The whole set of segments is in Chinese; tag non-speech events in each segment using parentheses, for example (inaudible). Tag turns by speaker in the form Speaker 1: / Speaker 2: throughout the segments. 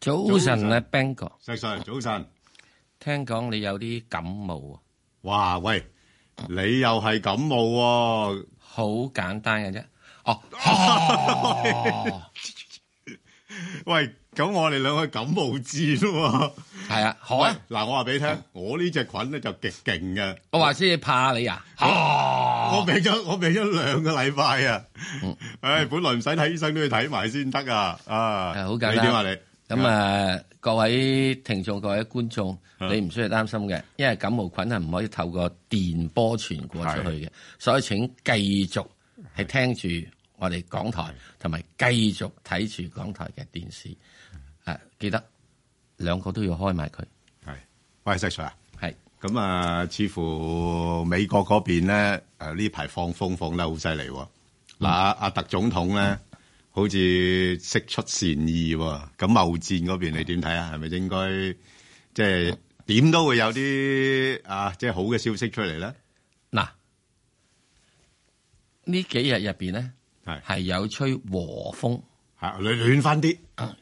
Speaker 1: 早晨啊，Bang 哥，
Speaker 2: 石 Sir，早晨。
Speaker 1: 聽講你有啲感冒啊？
Speaker 2: 哇喂，你又係感冒喎、
Speaker 1: 好簡單嘅啫。哦，
Speaker 2: 喂，咁我哋兩個感冒戰喎、
Speaker 1: 係啊，好
Speaker 2: 喂
Speaker 1: 啊。，
Speaker 2: 嗱，我話俾你聽，我呢只菌咧就極勁嘅，
Speaker 1: 我話知你怕你啊？
Speaker 2: 我病咗我病咗兩個禮拜啊。
Speaker 1: 嗯
Speaker 2: 唉，本來唔使睇醫生都要睇埋先得啊。啊，
Speaker 1: 係好簡單
Speaker 2: 你點啊你？
Speaker 1: 咁啊，各位聽眾、各位觀眾，
Speaker 2: 嗯
Speaker 1: 你唔需要擔心嘅，因為感冒菌係唔可以透過電波傳過出去嘅，所以請繼續係聽住我哋港台，同埋繼續睇住港台嘅電視。啊，記得兩個都要開埋佢，
Speaker 2: 係，喂，石 Sir 啊。
Speaker 1: 係
Speaker 2: 咁啊，似乎美國嗰邊咧，誒呢排放風放得好犀利喎。嗱，阿阿特總統咧，好似釋出善意喎。咁貿戰嗰邊你點睇啊？係咪應該即係點都會有啲啊，即係好嘅消息出嚟咧？
Speaker 1: 嗱。呢幾日入邊咧，
Speaker 2: 係
Speaker 1: 係有吹和風，
Speaker 2: 係暖暖翻啲，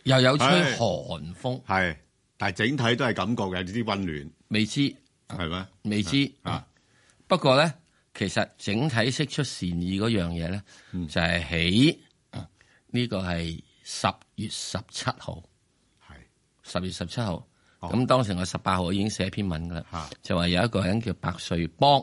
Speaker 1: 又有吹
Speaker 2: 係
Speaker 1: 寒風，
Speaker 2: 係，但係整體都係感覺有啲温暖，
Speaker 1: 未知
Speaker 2: 係咪？
Speaker 1: 未知
Speaker 2: 啊，
Speaker 1: 不過咧，其實整體釋出善意嗰樣嘢咧，
Speaker 2: 嗯
Speaker 1: 就係喺呢個係十月十七號，
Speaker 2: 係
Speaker 1: 十月十七號。
Speaker 2: 哦
Speaker 1: 咁、當時我十八號已經寫篇文噶啦，
Speaker 2: 嚇
Speaker 1: 就話有一個人叫白瑞邦，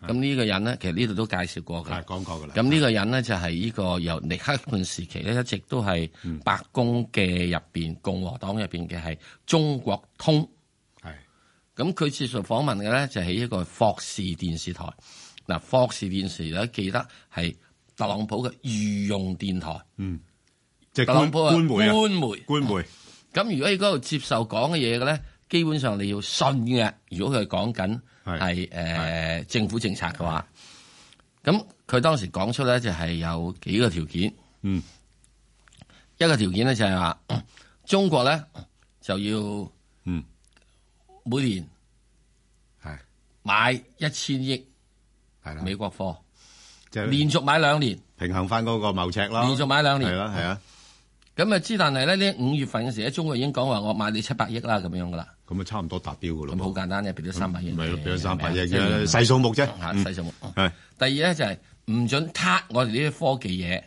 Speaker 1: 咁呢個人咧，其實呢度都介紹過
Speaker 2: 係
Speaker 1: 㗎。
Speaker 2: 講過㗎啦。
Speaker 1: 咁呢個人咧就係呢個由尼克遜時期咧，一直都係
Speaker 2: 嗯
Speaker 1: 白宮嘅入邊共和黨入邊嘅係中國通。
Speaker 2: 係
Speaker 1: 咁佢接受訪問嘅咧就喺一個霍士電視台。嗱，霍士電視咧記得係特朗普嘅御用電台，
Speaker 2: 即係
Speaker 1: 特朗
Speaker 2: 官
Speaker 1: 普
Speaker 2: 官媒啊，
Speaker 1: 啊官媒。
Speaker 2: 官媒
Speaker 1: 咁如果喺嗰度接受講嘅嘢嘅咧，基本上你要信嘅。如果佢講緊
Speaker 2: 係
Speaker 1: 係誒政府政策嘅話，咁佢當時講出咧就係有幾個條件。
Speaker 2: 嗯，
Speaker 1: 一個條件咧就係話中國咧就要
Speaker 2: 嗯
Speaker 1: 每年
Speaker 2: 係
Speaker 1: 買一千億
Speaker 2: 係啦，
Speaker 1: 美國貨。
Speaker 2: 即啊係
Speaker 1: 連續買兩年，
Speaker 2: 平衡翻嗰個貿赤啦，
Speaker 1: 連續買兩
Speaker 2: 係
Speaker 1: 年，
Speaker 2: 啦係啊。
Speaker 1: 咁啊知，但係咧呢五月份嘅時咧，中國已經講話我買你七百億啦咁樣噶啦，
Speaker 2: 咁啊，差唔多達標噶咯
Speaker 1: 咁好簡單啫，俾咗三百億，
Speaker 2: 哦嗯咪咯，俾咗三百億
Speaker 1: 即係
Speaker 2: 啫，細數目啫。
Speaker 1: 嚇
Speaker 2: 嗯
Speaker 1: 啊細數目。
Speaker 2: 係
Speaker 1: 哦第二咧就係唔准撻我哋呢啲科技嘢，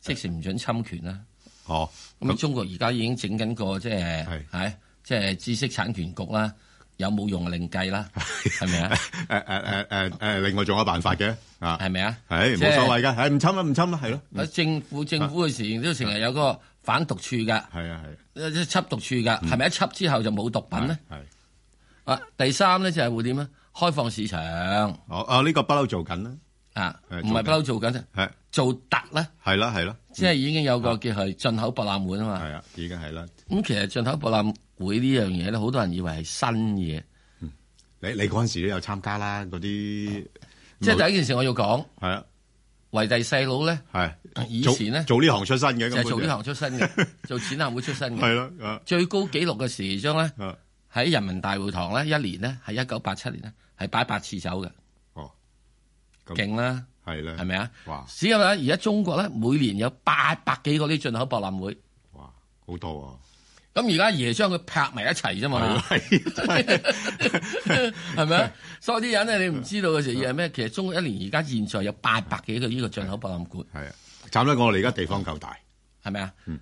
Speaker 1: 即時唔准侵權啦。
Speaker 2: 哦，
Speaker 1: 咁中國而家已經整緊個即係
Speaker 2: 係
Speaker 1: 係即係知識產權局啦，有冇用啊另計啦，係咪啊？
Speaker 2: 誒誒誒誒誒，另外仲有辦法嘅啊，
Speaker 1: 係咪啊？
Speaker 2: 係
Speaker 1: 即
Speaker 2: 冇
Speaker 1: 係
Speaker 2: 所謂㗎，係唔侵啦，唔侵啦，係咯，
Speaker 1: 政府政府嘅時都成日有個反毒處㗎，
Speaker 2: 係啊係
Speaker 1: 即係緝毒處㗎，係咪一緝之後就冇毒品咧？
Speaker 2: 係
Speaker 1: 啊，第三咧就係會點啊？開放市場
Speaker 2: 哦啊，呢個不嬲做緊啦，
Speaker 1: 啊，
Speaker 2: 誒
Speaker 1: 唔係不嬲做緊啫，
Speaker 2: 係
Speaker 1: 做特咧，
Speaker 2: 係啦係啦
Speaker 1: 即係已經有個叫係進口博覽會啊嘛。
Speaker 2: 係啊，已經係啦。
Speaker 1: 咁其實進口博覽會呢樣嘢咧，好多人以為係新嘢。
Speaker 2: 你你嗰陣時都有參加啦，嗰啲
Speaker 1: 即係
Speaker 2: 冇
Speaker 1: 第一件事我要講，
Speaker 2: 係啊
Speaker 1: 維弟細佬咧，
Speaker 2: 係
Speaker 1: 啊以
Speaker 2: 做
Speaker 1: 前咧
Speaker 2: 做呢行出身嘅，根
Speaker 1: 就
Speaker 2: 本
Speaker 1: 係
Speaker 2: 就
Speaker 1: 做呢行出身嘅，做展覽會出身嘅。
Speaker 2: 係啦
Speaker 1: 最高紀錄嘅時鐘咧，
Speaker 2: 啊啊
Speaker 1: 喺人民大會堂咧，一年咧係一九八七年咧係擺八次酒嘅，
Speaker 2: 哦，咁
Speaker 1: 勁啦，
Speaker 2: 係啦，
Speaker 1: 係咪啊？
Speaker 2: 哇
Speaker 1: 只有咧，而家中國咧每年有八百幾個呢進口博覽會。
Speaker 2: 哇好多
Speaker 1: 咁而家爺將佢拍埋一齊啫
Speaker 2: 喎，
Speaker 1: 嘛，
Speaker 2: 係啦
Speaker 1: 係咪啊？所以啲人咧，你唔知道嘅時候係咩？其實中國一年而家現在有八百幾個呢個進口博覽館，
Speaker 2: 係啊，斬得我哋而家地方夠大
Speaker 1: 係咪啊
Speaker 2: 嗯？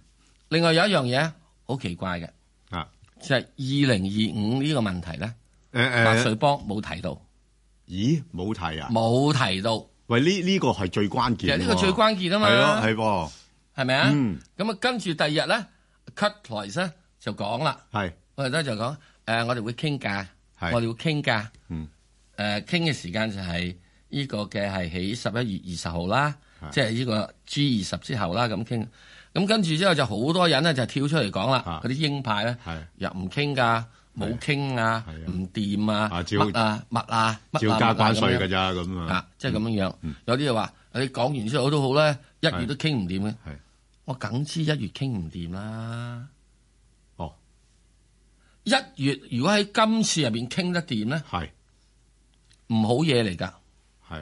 Speaker 1: 另外有一樣嘢好奇怪嘅，
Speaker 2: 啊。
Speaker 1: 就係二零二五呢個問題咧，
Speaker 2: 誒
Speaker 1: 白
Speaker 2: 誒，
Speaker 1: 瑞邦冇提到，
Speaker 2: 咦冇提啊？
Speaker 1: 冇提到，
Speaker 2: 喂，呢呢個係最關
Speaker 1: 其
Speaker 2: 鍵喎。
Speaker 1: 實呢個最關鍵啊嘛，
Speaker 2: 係咯，
Speaker 1: 係咪啊
Speaker 2: 嗯？
Speaker 1: 咁啊，跟住第二日咧，Cutler 咧就講啦，
Speaker 2: 係喎，係
Speaker 1: 我哋咧就講誒，我哋會傾價，
Speaker 2: 係
Speaker 1: 我哋會傾價。
Speaker 2: 嗯
Speaker 1: 誒傾嘅時間就係呢個嘅係喺十一月二十號啦，
Speaker 2: 係
Speaker 1: 即係呢個 G 二十之後啦咁傾。咁跟住之後就好多人咧就跳出嚟講啦，
Speaker 2: 嚇
Speaker 1: 嗰啲鷹派咧
Speaker 2: 係
Speaker 1: 又唔傾㗎，冇傾啊
Speaker 2: 係啊，
Speaker 1: 唔掂啊，
Speaker 2: 啊照
Speaker 1: 乜啊乜啊乜
Speaker 2: 照
Speaker 1: 啊
Speaker 2: 加
Speaker 1: 乜啊
Speaker 2: 關
Speaker 1: 咁
Speaker 2: 稅㗎
Speaker 1: 樣
Speaker 2: 咋咁啊？
Speaker 1: 啊，即係咁樣樣。有啲就話你講完之後都好咧，一月都傾唔掂嘅
Speaker 2: 係。
Speaker 1: 我梗知一月傾唔掂啦。
Speaker 2: 哦，
Speaker 1: 一月如果喺今次入邊傾得掂咧，
Speaker 2: 係
Speaker 1: 唔好嘢嚟㗎。
Speaker 2: 係，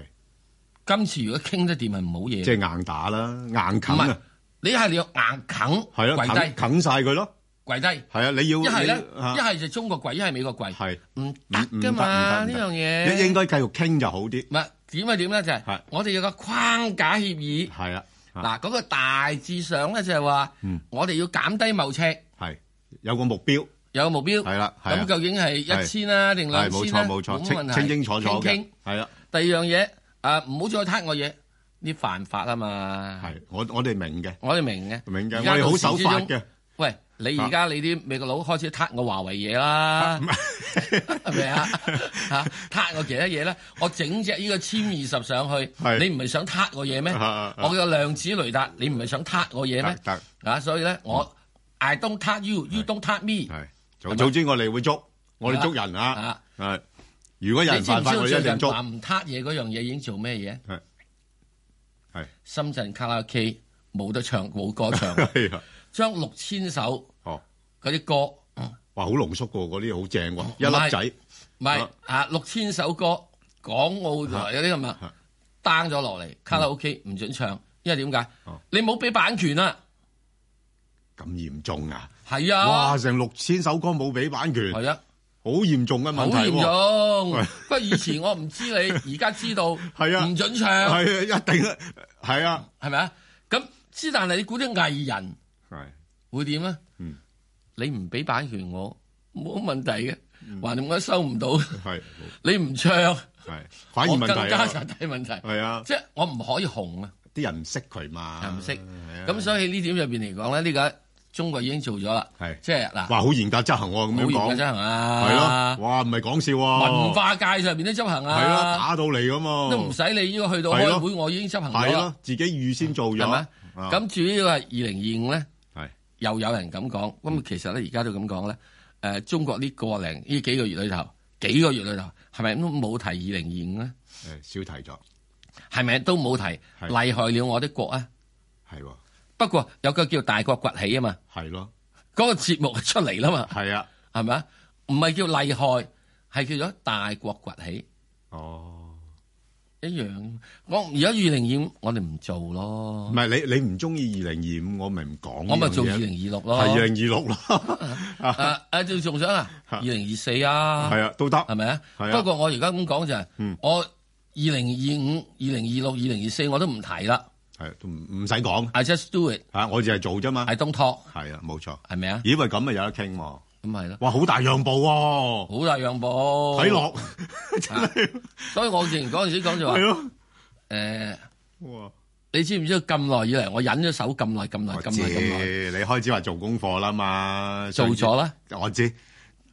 Speaker 1: 今次如果傾得掂係唔好嘢，
Speaker 2: 即係硬打啦，硬啃
Speaker 1: 唔係
Speaker 2: 啊，
Speaker 1: 你係你要硬啃，
Speaker 2: 係咯，
Speaker 1: 跪
Speaker 2: 啃
Speaker 1: 低
Speaker 2: 啃晒佢咯，
Speaker 1: 跪低。
Speaker 2: 係啊，你要
Speaker 1: 一係咧，
Speaker 2: 你啊
Speaker 1: 一係就中國跪，一係美國跪，
Speaker 2: 係
Speaker 1: 唔
Speaker 2: 唔唔
Speaker 1: 得
Speaker 2: 得
Speaker 1: 㗎嘛
Speaker 2: 唔
Speaker 1: 呢
Speaker 2: 得
Speaker 1: 樣
Speaker 2: 你
Speaker 1: 嘢。
Speaker 2: 應該繼續傾就好啲。
Speaker 1: 唔係點啊點咧，就係
Speaker 2: 係
Speaker 1: 我哋有個框架協議。
Speaker 2: 係啊啦，
Speaker 1: 嗱，嗰個大致上咧就係話，
Speaker 2: 嗯
Speaker 1: 我哋要減低貿赤，
Speaker 2: 係有個目標，
Speaker 1: 有個目標。
Speaker 2: 係啦係啊
Speaker 1: 咁究竟係一千啦定
Speaker 2: 係
Speaker 1: 兩
Speaker 2: 冇
Speaker 1: 千
Speaker 2: 錯
Speaker 1: 啦？
Speaker 2: 冇錯，
Speaker 1: 冇
Speaker 2: 清
Speaker 1: 問題
Speaker 2: 清清楚楚
Speaker 1: 傾
Speaker 2: 嘅
Speaker 1: 傾。
Speaker 2: 係啦，
Speaker 1: 第二樣嘢，啊唔好再撻我嘢，呢犯法啊嘛。
Speaker 2: 係我我哋明嘅，
Speaker 1: 我哋明嘅，
Speaker 2: 明嘅，
Speaker 1: 而
Speaker 2: 我
Speaker 1: 家
Speaker 2: 哋好
Speaker 1: 到時
Speaker 2: 守
Speaker 1: 之
Speaker 2: 法
Speaker 1: 中
Speaker 2: 嘅。
Speaker 1: 喂，你
Speaker 2: 啊
Speaker 1: 而家你啲美國佬開始挞我華為嘢啦，係
Speaker 2: (laughs)
Speaker 1: 咪啊？嚇挞我其他嘢啦，我整隻呢個殲二十上去，
Speaker 2: 係
Speaker 1: 你唔係想挞我嘢咩？
Speaker 2: 啊啊
Speaker 1: 我嘅量子雷達，你唔係想挞我嘢咩？
Speaker 2: 得
Speaker 1: 啊，所以咧，我 I don't touch you，you don't touch me。
Speaker 2: 嗯係總總之我哋會捉，我哋捉人
Speaker 1: Dạ.
Speaker 2: 啊。係如果有
Speaker 1: 你
Speaker 2: 人
Speaker 1: 知唔
Speaker 2: 犯
Speaker 1: 知
Speaker 2: 法，
Speaker 1: 道
Speaker 2: 我
Speaker 1: 最
Speaker 2: 哋一定
Speaker 1: 近
Speaker 2: 捉 (laughs)
Speaker 1: 話。唔挞嘢嗰樣嘢已經做咩嘢？
Speaker 2: 係係，
Speaker 1: 深圳卡拉 OK 冇得唱冇歌唱
Speaker 2: (laughs) 係啊，
Speaker 1: 將六千首
Speaker 2: 哦，
Speaker 1: 嗰啲歌。
Speaker 2: 哇，好濃縮喎，嗰啲好正喎，一粒仔。
Speaker 1: 唔係
Speaker 2: 啊
Speaker 1: 啊，六千首歌，港澳台有啲咁啊
Speaker 2: 啊嗯
Speaker 1: ，down 咗落嚟，卡拉 OK 唔准唱，因為點解
Speaker 2: 哦？
Speaker 1: 你冇俾版權啊，
Speaker 2: 咁嚴重啊！
Speaker 1: 係啊
Speaker 2: 哇，，成六千首歌冇俾版權，
Speaker 1: 係啊，
Speaker 2: 好嚴重嘅
Speaker 1: 好
Speaker 2: 問題
Speaker 1: 嚴
Speaker 2: 喎。
Speaker 1: 重。
Speaker 2: 喂
Speaker 1: (laughs) 不過以前我唔知你，而家知道，
Speaker 2: (laughs) 係啊
Speaker 1: 唔准唱，
Speaker 2: 係啊，一定啊係啊，
Speaker 1: 係咪啊？咁之但係你估啲藝人
Speaker 2: 係
Speaker 1: 會點啊
Speaker 2: 嗯？
Speaker 1: 你唔俾版權我，冇問題嘅，
Speaker 2: 嗯
Speaker 1: 橫掂我都收唔到， (laughs)
Speaker 2: 係
Speaker 1: 你唔唱，
Speaker 2: 係，反而
Speaker 1: 我
Speaker 2: 問
Speaker 1: 更
Speaker 2: 題
Speaker 1: 加就
Speaker 2: 啊，
Speaker 1: 大問題，
Speaker 2: 係啊，
Speaker 1: 即係我唔可以紅啊。
Speaker 2: 啲人唔識佢嘛，
Speaker 1: 唔識
Speaker 2: 係啊
Speaker 1: 咁所以呢點入邊嚟講咧，呢個中國已經做咗啦，
Speaker 2: 係
Speaker 1: 即係嗱，
Speaker 2: 哇，好嚴格執行喎，咁
Speaker 1: 好
Speaker 2: 樣
Speaker 1: 嚴
Speaker 2: 講
Speaker 1: 嘅執行
Speaker 2: 係
Speaker 1: 啊，
Speaker 2: 咯，哇，唔係講笑喎，
Speaker 1: 文化界上邊都執
Speaker 2: 係
Speaker 1: 行
Speaker 2: 咯，
Speaker 1: 啊，
Speaker 2: 打到你咁喎，
Speaker 1: 都唔使你呢個去到
Speaker 2: 係
Speaker 1: 開
Speaker 2: 咯
Speaker 1: 會，我已經執行咗
Speaker 2: 係
Speaker 1: 啦
Speaker 2: 咯，，自己預先做咗，
Speaker 1: 係咪？
Speaker 2: 啊
Speaker 1: 咁至於話二零二五咧，
Speaker 2: 係嗯
Speaker 1: 又有人咁講，咁其實咧而家都咁講咧，誒中國呢個零呢幾個月裏頭，幾個月裏頭係咪都冇提二零二五咧？
Speaker 2: 誒少提咗，
Speaker 1: 係咪都冇提
Speaker 2: 係
Speaker 1: 厲害了我的國啊？
Speaker 2: 係喎，
Speaker 1: 不過有個叫大國崛起啊嘛，
Speaker 2: 係咯，
Speaker 1: 嗰個節目出嚟啦嘛。
Speaker 2: 係啊，
Speaker 1: 係咪啊？唔係叫厲害，係叫做大國崛起
Speaker 2: 哦，
Speaker 1: 一樣。我而家二零二五，我哋唔做咯
Speaker 2: 唔，係你你唔中意二零二五，我咪唔講，
Speaker 1: 我咪做二零二六咯。
Speaker 2: 係二零二六咯，
Speaker 1: 啊啊，仲仲想啊？二零二四啊，
Speaker 2: 係啊，都得，
Speaker 1: 係咪啊？
Speaker 2: 係啊
Speaker 1: 不過我而家咁講就係
Speaker 2: 嗯，
Speaker 1: 我二零二五、二零二六、二零二四我都唔提啦。
Speaker 2: 係啊都唔唔使講
Speaker 1: I just do it,
Speaker 2: 啊，我就係做啫嘛，
Speaker 1: I don't talk，
Speaker 2: 係啊，冇錯，
Speaker 1: 係咪啊？
Speaker 2: 咦，喂，咁咪有得傾喎，
Speaker 1: 咁係咯，
Speaker 2: 哇，好大讓步喎，
Speaker 1: 好大讓步。
Speaker 2: 睇落
Speaker 1: 啊所以我之前嗰陣時講就話
Speaker 2: 係，咯，
Speaker 1: 誒，
Speaker 2: 哇。
Speaker 1: 你知唔知咁耐以嚟我忍咗手咁耐、咁耐、
Speaker 2: 我
Speaker 1: 咁
Speaker 2: 知，
Speaker 1: 耐、咁耐，
Speaker 2: 你開始話做功課啦嘛，
Speaker 1: 做咗啦。
Speaker 2: 我知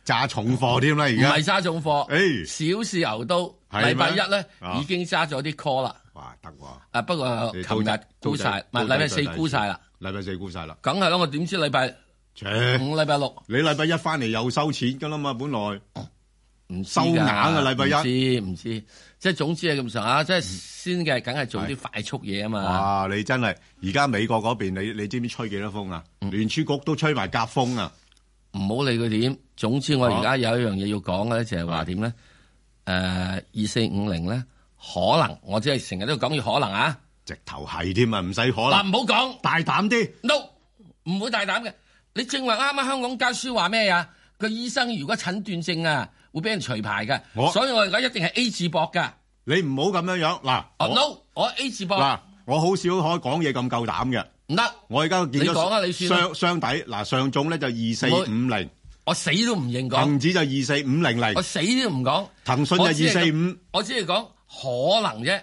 Speaker 2: 揸重貨添啦，而
Speaker 1: 唔
Speaker 2: 家哎
Speaker 1: 係揸重貨，
Speaker 2: 誒
Speaker 1: 小試牛刀。
Speaker 2: 係咩
Speaker 1: 禮拜一咧
Speaker 2: 啊
Speaker 1: 已經揸咗啲 call 啦，
Speaker 2: 哇得喎，
Speaker 1: 啊不過
Speaker 2: 你
Speaker 1: 琴
Speaker 2: 到
Speaker 1: 日
Speaker 2: 底
Speaker 1: 沽晒，唔
Speaker 2: 到
Speaker 1: 係
Speaker 2: 底
Speaker 1: 禮拜四
Speaker 2: 到底
Speaker 1: 沽晒啦，
Speaker 2: 禮拜四沽晒啦，
Speaker 1: 梗係啦，我點知禮拜
Speaker 2: 切
Speaker 1: 五、禮拜六
Speaker 2: 你禮拜一翻嚟又收錢噶啦嘛，本來
Speaker 1: 唔知
Speaker 2: 收
Speaker 1: 㗎
Speaker 2: 硬啊禮拜一嗯
Speaker 1: 唔知唔知，即係總之係咁上下，即係先嘅，梗係做啲快速嘢啊嘛。
Speaker 2: 哇你真係而家美國嗰邊你你知唔知吹幾多風啊？聯儲局都吹埋夾風啊，
Speaker 1: 唔好理佢點，總之我而家有一樣嘢要講嘅咧，就係話點咧？誒，二四五零咧，可能我只係成日都講要可能啊，
Speaker 2: 直頭係添啊，唔使可
Speaker 1: 嗱
Speaker 2: 能，
Speaker 1: 唔好講。
Speaker 2: 大膽啲
Speaker 1: no，唔會大膽嘅。你正話啱啱香港家書話咩啊？個醫生如果診斷症啊，會俾人除牌嘅。
Speaker 2: 我
Speaker 1: 所以我而家一定係 A 字膊噶。
Speaker 2: 你唔好咁樣樣嗱，
Speaker 1: 哦
Speaker 2: 我
Speaker 1: ，no，我 A 字膊
Speaker 2: 嗱我好少可講嘢咁夠膽嘅。
Speaker 1: 唔得，
Speaker 2: 我而家見
Speaker 1: 你
Speaker 2: 到
Speaker 1: 講啊你算啦
Speaker 2: 雙雙底嗱，上總咧就二四五零，
Speaker 1: 我死都唔認講，
Speaker 2: 恒指就二四五零
Speaker 1: 我
Speaker 2: 零，
Speaker 1: 死都唔講。
Speaker 2: 騰訊就
Speaker 1: 我
Speaker 2: 二
Speaker 1: 只係
Speaker 2: 四
Speaker 1: 咁
Speaker 2: 五，
Speaker 1: 我只係講可能啫。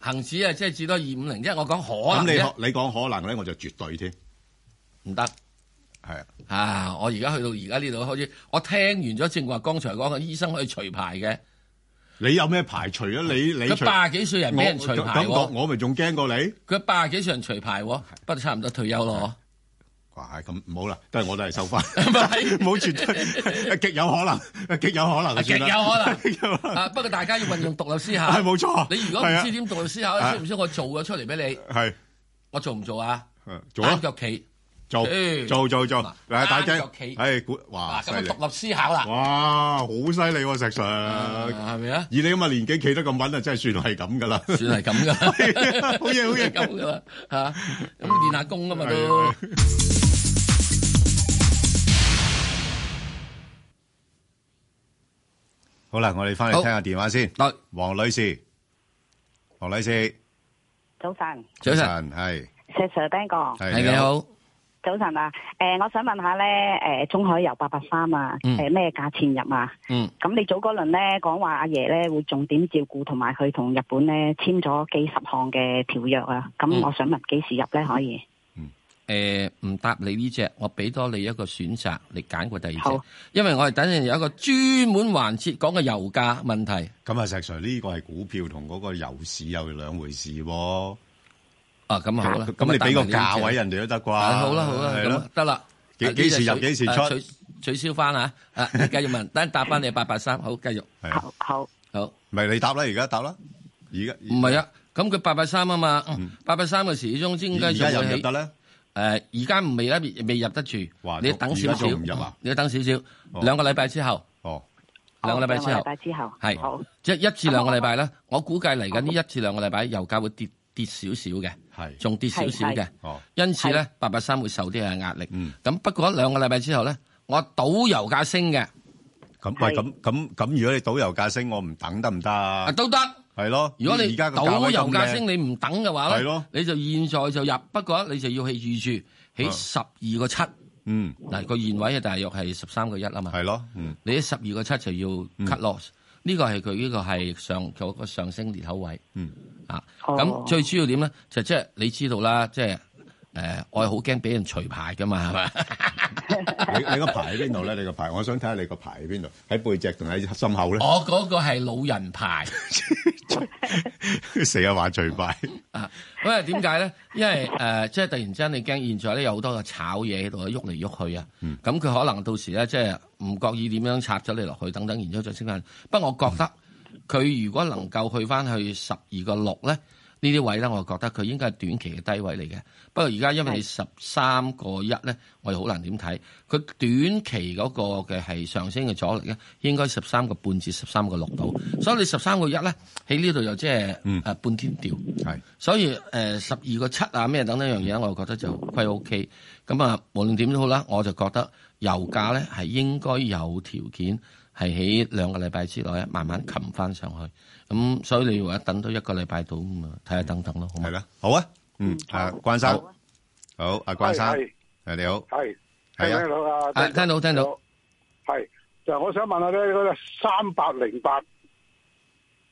Speaker 1: 恒指啊，即係至多二五零啫。我講
Speaker 2: 咁
Speaker 1: 可能
Speaker 2: 你
Speaker 1: 啫，
Speaker 2: 你講可能咧，我就絕對添，
Speaker 1: 唔得
Speaker 2: 係啊，
Speaker 1: 啊！我而家去到而家呢度開始，我聽完咗正話剛才講嘅醫生可以除牌嘅，
Speaker 2: 你有咩排除啊？你你
Speaker 1: 佢
Speaker 2: 除
Speaker 1: 八十幾歲人俾人除
Speaker 2: 我
Speaker 1: 牌
Speaker 2: 咁我
Speaker 1: 喎，
Speaker 2: 我咪仲驚過你？
Speaker 1: 佢八十幾歲人除牌喎，不過差唔多退休咯。
Speaker 2: 哇！咁唔好啦，都係我都係收翻，
Speaker 1: 咪
Speaker 2: (laughs) 冇絕對，極有可能，極有可能就算啦，
Speaker 1: 極
Speaker 2: (laughs) 極有可能，
Speaker 1: 啊！不過大家要運用獨立思考，
Speaker 2: 係冇錯。
Speaker 1: 你如果唔
Speaker 2: 係啊
Speaker 1: 知點獨立思考，
Speaker 2: 啊
Speaker 1: 識唔識我做咗出嚟俾你？
Speaker 2: 係
Speaker 1: 我做唔做啊？
Speaker 2: 係做
Speaker 1: 單
Speaker 2: 啊，
Speaker 1: 腳企
Speaker 2: 做
Speaker 1: 誒
Speaker 2: 做做做
Speaker 1: 嗱，
Speaker 2: 嚟大
Speaker 1: 單
Speaker 2: 家
Speaker 1: 腳企，
Speaker 2: 係估哇
Speaker 1: 嗱，
Speaker 2: 犀
Speaker 1: 啊咁
Speaker 2: 利
Speaker 1: 就，獨立思考啦，
Speaker 2: 哇好犀利喎石
Speaker 1: 啊
Speaker 2: Sir。
Speaker 1: 係咪啊？
Speaker 2: 以你咁嘅年紀企得咁穩啊，真係算係咁噶啦。
Speaker 1: 算係咁噶，好
Speaker 2: (laughs) 好嘢好嘢
Speaker 1: 咁噶啦嚇，咁練下功啊嘛都。
Speaker 2: 好啦，我哋翻嚟
Speaker 1: 好
Speaker 2: 聽下電話先。
Speaker 1: 嗱，
Speaker 2: 黃女士，黃女士，
Speaker 3: 早晨，
Speaker 1: 早晨，
Speaker 2: 晨，係
Speaker 3: 石 Sir 彬哥，
Speaker 2: dạ,
Speaker 1: 係你，好，
Speaker 3: 早晨啊！诶、我想問下咧，诶、中海油八八三啊，
Speaker 1: 嗯
Speaker 3: 诶、咩價錢入啊？
Speaker 1: 嗯，
Speaker 3: 咁你早嗰輪咧講話阿爺咧會重點照顧，同埋佢同日本咧簽咗幾十項嘅條約啊。咁
Speaker 1: 嗯
Speaker 3: 我想問幾時入咧可以？
Speaker 1: 诶，唔答你呢只，我俾多你一個選擇，你揀過第二隻
Speaker 3: 好，
Speaker 1: 因為我哋等陣有一個專門環節講嘅油價問題。
Speaker 2: 咁啊，石 Sir 呢個係股票同嗰個油市又兩回事喎。
Speaker 1: 啊，咁啊好啦，
Speaker 2: 咁你
Speaker 1: 啊
Speaker 2: 俾個
Speaker 1: 答埋呢隻
Speaker 2: 價位人哋都得啩？
Speaker 1: 啊好啦好啦，
Speaker 2: 係
Speaker 1: 咁啊
Speaker 2: 咯，
Speaker 1: 得啦。
Speaker 2: 幾
Speaker 1: 啊呢
Speaker 2: 幾
Speaker 1: 隻
Speaker 2: 時入
Speaker 1: 取
Speaker 2: 幾時
Speaker 1: 啊
Speaker 2: 出
Speaker 1: 取取消翻啊！啊，你繼續問，等陣答翻你八八三，好繼續
Speaker 2: 係啊
Speaker 3: 好好，
Speaker 1: 好。
Speaker 2: 咪你答啦，而家答啦，而家
Speaker 1: 唔係啊，咁佢八八三啊嘛，八八三嘅時鐘應該
Speaker 2: 而
Speaker 1: 仲
Speaker 2: 家入唔
Speaker 1: 會
Speaker 2: 入
Speaker 1: 起。
Speaker 2: 得咧？
Speaker 1: 誒，呃而家唔未啦，未未入得住
Speaker 2: 哇，
Speaker 1: 你等少
Speaker 2: 而家
Speaker 1: 少
Speaker 2: 仲唔入啊，
Speaker 1: 你等少少，
Speaker 2: 哦
Speaker 1: 兩個禮拜之後，
Speaker 2: 哦，
Speaker 1: 兩個禮拜
Speaker 3: 好
Speaker 1: 之後
Speaker 3: 禮，拜之後，
Speaker 1: 係
Speaker 3: 好，
Speaker 1: 即係一至兩個禮拜啦。我估計嚟緊呢一至兩個禮拜，油價會跌跌少少嘅，
Speaker 2: 係，
Speaker 1: 仲跌少少
Speaker 3: 係
Speaker 1: 嘅
Speaker 3: 係。
Speaker 2: 哦，
Speaker 1: 因此咧，八八三會受啲嘅壓力。
Speaker 2: 嗯
Speaker 1: 咁不過一兩個禮拜之後咧，我賭油價升嘅，
Speaker 2: 啊咁
Speaker 3: 係
Speaker 2: 喂，咁咁咁，如果你賭油價升，我唔等得唔得啊
Speaker 1: 啊？都得。
Speaker 2: 係咯，
Speaker 1: 如果你
Speaker 2: 而家個價
Speaker 1: 賭
Speaker 2: 位
Speaker 1: 油
Speaker 2: 咁
Speaker 1: 價
Speaker 2: 靚
Speaker 1: 升，你唔等嘅話
Speaker 2: 係
Speaker 1: 咧
Speaker 2: 咯，
Speaker 1: 你就現在就入。不過你就要去預住喺
Speaker 2: 啊
Speaker 1: 十二個七
Speaker 2: 嗯，
Speaker 1: 嗱個現位啊，大約係十三個一啊嘛。
Speaker 2: 係咯，嗯，
Speaker 1: 你喺十二個七就要 cut loss，呢個係佢呢個係上嗰個上升裂口位。
Speaker 2: 嗯
Speaker 1: 啊，
Speaker 3: 哦
Speaker 1: 咁最主要點咧就即係你知道啦，即係誒我係好驚俾人除牌噶嘛，係咪？
Speaker 2: 你你個牌喺邊度咧？你個牌，我想睇下你個牌喺邊度，喺背脊定喺心口咧？
Speaker 1: 我嗰個係老人牌。
Speaker 2: (laughs) 成日話最
Speaker 3: (laughs)
Speaker 2: 敗，
Speaker 1: 啊，因為點解咧？因為誒、呃即係突然之間你驚現在咧有好多嘅炒嘢喺度喐嚟喐去啊。咁佢、可能到時咧，即係唔覺意點樣插咗你落去，等等，然之後再升翻。不過我覺得佢如果能夠去翻去十二個六咧，呢啲位咧，我覺得佢應該係短期嘅低位嚟嘅。不過而家因為你十三個一咧，我哋好難點睇。佢短期嗰個嘅係上升嘅阻力咧，應該十三個半至十三個六度。所以你十三個一咧喺呢度又即係
Speaker 2: 嗯
Speaker 1: 誒半天調。
Speaker 2: 係
Speaker 1: 所以誒十二個七啊咩等等樣嘢，我覺得就歸 OK。咁啊，無論點都好啦，我就覺得油價咧係應該有條件係喺兩個禮拜之內咧慢慢擒翻上去。咁所以你話等到一個禮拜到咁啊，睇下等等咯，好
Speaker 2: 係
Speaker 1: 嘛？
Speaker 2: 啦，好啊，嗯，啊，關生
Speaker 3: 好，啊
Speaker 2: 好，阿關生，
Speaker 4: 係
Speaker 2: 誒你
Speaker 4: (laughs)
Speaker 2: 好，
Speaker 4: 係
Speaker 2: 係啊
Speaker 4: 聽唔聽到啊？
Speaker 1: 啊聽到聽到，
Speaker 4: 係就我想問下咧，嗰個三百零八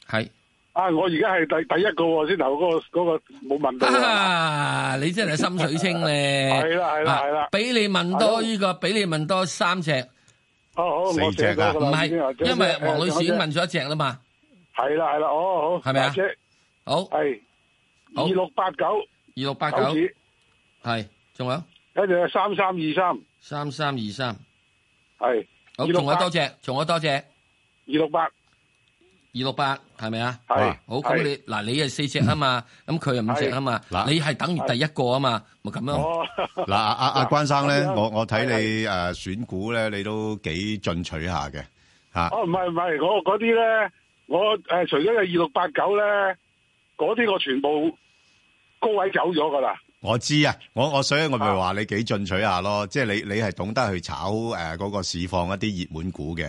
Speaker 1: 係
Speaker 4: 啊，我而家係第第一個喎，先頭嗰個嗰個冇問到啊。
Speaker 1: 啊， (laughs) 你真係心水清咧！
Speaker 4: 係啦係啦
Speaker 1: 啊
Speaker 4: 係啦
Speaker 1: 俾你問多呢個，俾你問多三隻，
Speaker 4: 好好，我
Speaker 2: 四
Speaker 4: 寫
Speaker 2: 隻啊
Speaker 4: 咗
Speaker 1: 唔
Speaker 4: 㗎啦
Speaker 1: 係
Speaker 4: 已經啊
Speaker 1: 因為黃女士已經。問咗一隻啦嘛。
Speaker 4: 係啦係啦，哦好。
Speaker 1: 係咪啊
Speaker 4: 或者
Speaker 1: 好，二
Speaker 4: 係
Speaker 1: 好
Speaker 4: 二六八九
Speaker 1: 六八九
Speaker 4: 九啊指，
Speaker 1: 係，仲有
Speaker 4: 跟住三三二三
Speaker 1: 三三二三。
Speaker 4: 係
Speaker 1: 好，
Speaker 4: 268
Speaker 1: 仲有多隻，仲有多隻，二
Speaker 4: 二六八
Speaker 1: 六八係咪啊？
Speaker 4: 係
Speaker 2: 哇。
Speaker 1: 好，咁
Speaker 4: 係
Speaker 1: 你嗱，你係四隻啊嘛，咁佢係五隻啊嘛，
Speaker 2: 嗯嗱
Speaker 1: 你係等於第一個啊嘛，咪咁咯。
Speaker 4: 哦，
Speaker 2: 嗱，阿阿阿關生咧，
Speaker 4: 咁樣
Speaker 2: 我我睇你誒選股咧，你都幾進取下嘅嚇，
Speaker 4: (laughs) 哦唔係唔係，我嗰啲咧，我誒除咗有二六八九咧，嗰啲我全部高位走咗㗎啦。
Speaker 2: 我知啊，我我所以我咪話你幾進取下咯，即係你你係懂得去炒誒嗰個市況一啲熱門股嘅。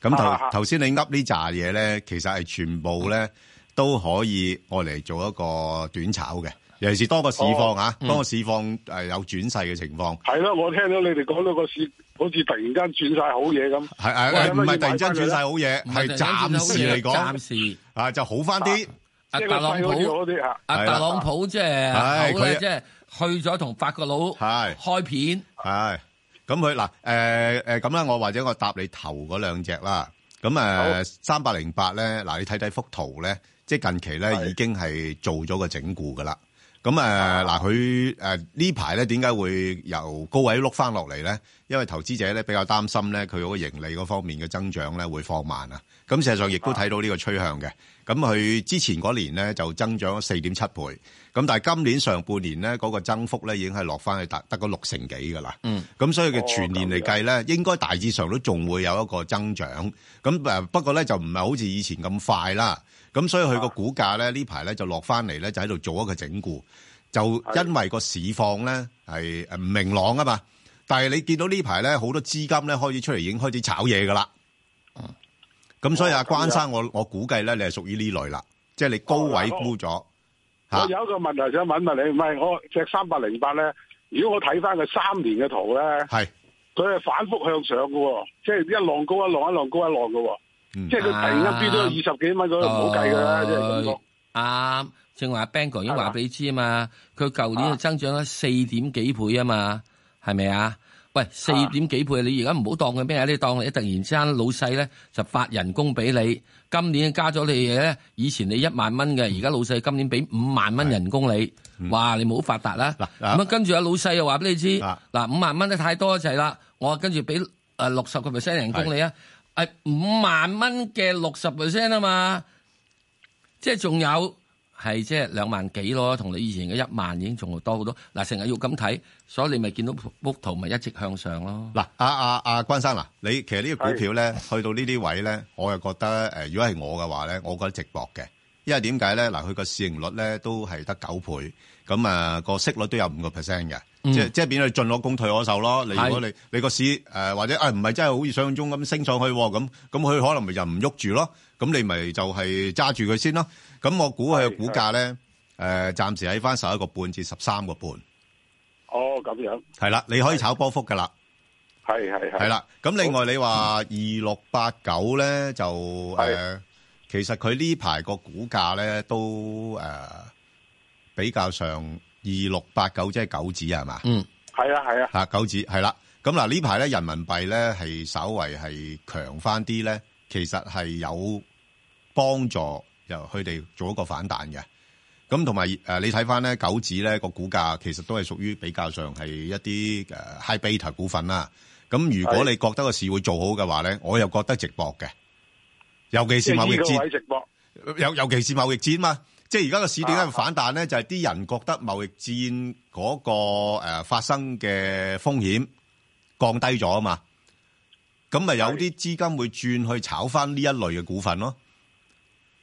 Speaker 2: 咁
Speaker 4: 啊
Speaker 2: 頭
Speaker 4: 啊
Speaker 2: 頭先你噏呢扎嘢咧，其實係全部咧都可以我嚟做一個短炒嘅，尤其是當個市況啊，
Speaker 4: 哦嗯
Speaker 2: 當個市況誒有轉勢嘅情況，
Speaker 4: 係啦，我聽到你哋講到個市好似突然間轉晒好嘢咁。
Speaker 2: 係係
Speaker 4: 喂
Speaker 2: 係唔
Speaker 4: 咁咪
Speaker 2: 係突然間轉晒好嘢，
Speaker 1: 唔係
Speaker 2: 係暫時嚟
Speaker 1: 暫
Speaker 2: 講
Speaker 1: 時
Speaker 2: 啊就好翻啲。
Speaker 1: 阿
Speaker 4: 即係
Speaker 1: 特朗
Speaker 4: 個勢好似好
Speaker 1: 普，
Speaker 4: 啲啊！
Speaker 1: 阿
Speaker 2: 係啦
Speaker 1: 特朗普即
Speaker 2: 係
Speaker 1: 係好咧，
Speaker 2: 佢
Speaker 1: 即係去咗同法國佬
Speaker 2: 係
Speaker 1: 開片，
Speaker 2: 系，咁佢嗱，诶诶，誒咁啦，我或者我答你頭嗰兩隻啦。咁
Speaker 4: 好
Speaker 2: 誒三百零八咧，嗱你睇睇幅圖咧，即係近期咧
Speaker 4: 係
Speaker 2: 已經係做咗個整固噶啦。咁誒嗱，佢誒呢排咧點解會由高位碌翻落嚟咧？因為投資者咧比較擔心咧，佢嗰個盈利嗰方面嘅增長咧會放慢啊。咁事實上亦都睇到呢個趨向嘅。咁佢之前嗰年咧就增長咗四點七倍，咁但係今年上半年咧嗰、個增幅咧已經係落翻去得得個六成幾噶啦。
Speaker 1: 嗯，
Speaker 2: 哦咁所以嘅全年嚟計咧，應該大致上都仲會有一個增長。咁誒不過咧就唔係好似以前咁快啦。咁所以佢
Speaker 4: 啊
Speaker 2: 個股價咧呢排咧就落翻嚟咧，就喺度做一個整固。就因為個市況咧係誒唔明朗啊嘛。但係你見到呢排咧好多資金咧開始出嚟已經開始炒嘢噶啦。咁所以阿
Speaker 4: 哦咁樣
Speaker 2: 關生，我我估計咧，你係屬於呢類啦，即係你高位沽咗
Speaker 4: 我
Speaker 2: 嚇，
Speaker 4: 哦有一個問題想問一問你，唔係我隻三百零八咧，如果我睇翻佢三年嘅圖咧，
Speaker 2: 係
Speaker 4: 佢係反覆向上嘅喎，即係一浪高一浪，一浪高一浪嘅喎，
Speaker 2: 嗯
Speaker 4: 即係佢突然間飆
Speaker 1: 啊
Speaker 4: 到二十幾蚊嗰度，唔好計㗎
Speaker 1: 哦
Speaker 4: 啦，即係咁講。
Speaker 1: 啱，正話 Bang 哥已經話俾你知啊嘛，佢舊年就增長咗四點幾倍啊嘛，係咪啊？喂，四點幾倍，你而家唔好當佢咩啊？你當你突然之間老細咧就發人工俾你，今年加咗你嘢咧，以前你一萬蚊嘅，而家老細今年俾五萬蚊人工你，哇！你冇發達啦。
Speaker 2: 嗱嗱
Speaker 1: 咁啊，跟住阿老細又話俾你知，
Speaker 2: 啊
Speaker 1: 嗱五萬蚊都太多就係啦，我跟住俾誒六十個 percent 人工你啊，係五萬蚊嘅六十 percent 啊嘛。即係仲有係即係兩萬幾咯，同你以前嘅一萬已經仲多好多。嗱，成日要咁睇，所以你咪見到幅圖咪一直向上咯。
Speaker 2: 嗱，阿阿阿關生嗱，你其實呢個股票咧，去到呢啲位咧，我又覺得誒，如果係我嘅話咧，我覺得值博嘅，因為點解咧？嗱，佢個市盈率咧都係得九倍，咁啊個息率都有五個 percent 嘅，即係即係變咗進可攻退可守咯。你如果你你個市誒或者啊唔係真係好似想象中咁升上去喎咁，咁佢可能咪就唔喐住咯，咁你咪就係揸住佢先咯。咁我估佢嘅股價咧誒，暫時喺翻十一個半至十三個半，
Speaker 4: 哦，咁樣，
Speaker 2: 係啦，你可以炒波幅㗎啦。
Speaker 4: 係係係。
Speaker 2: 系啦，咁另外你話二六八九咧就诶、
Speaker 4: 係
Speaker 2: 呃其實佢呢排個股價咧都诶、呃比較上二六八九即係九指係嘛
Speaker 1: 嗯，
Speaker 4: 係啊，係啊，
Speaker 2: 吓九指係啦，咁嗱呢排咧人民幣咧係稍為係強翻啲咧，其實係有幫助由佢哋做一個反彈嘅。咁同埋誒，你睇翻咧九指咧個股價其實都係屬於比較上係一啲誒 high beta 股份啦。咁如果
Speaker 4: 係
Speaker 2: 你覺得個市會做好嘅話咧，我又覺得值博嘅，尤其
Speaker 4: 即
Speaker 2: 是
Speaker 4: 係
Speaker 2: 貿易
Speaker 4: 呢個
Speaker 2: 戰
Speaker 4: 位。直播。
Speaker 2: 尤尤其是貿易戰嘛，即係而家個市點解會
Speaker 4: 啊
Speaker 2: 反彈咧？就係啲人覺得貿易戰嗰個誒發生嘅風險降低咗啊嘛，咁咪有啲資金會轉去炒翻呢一類嘅股份咯。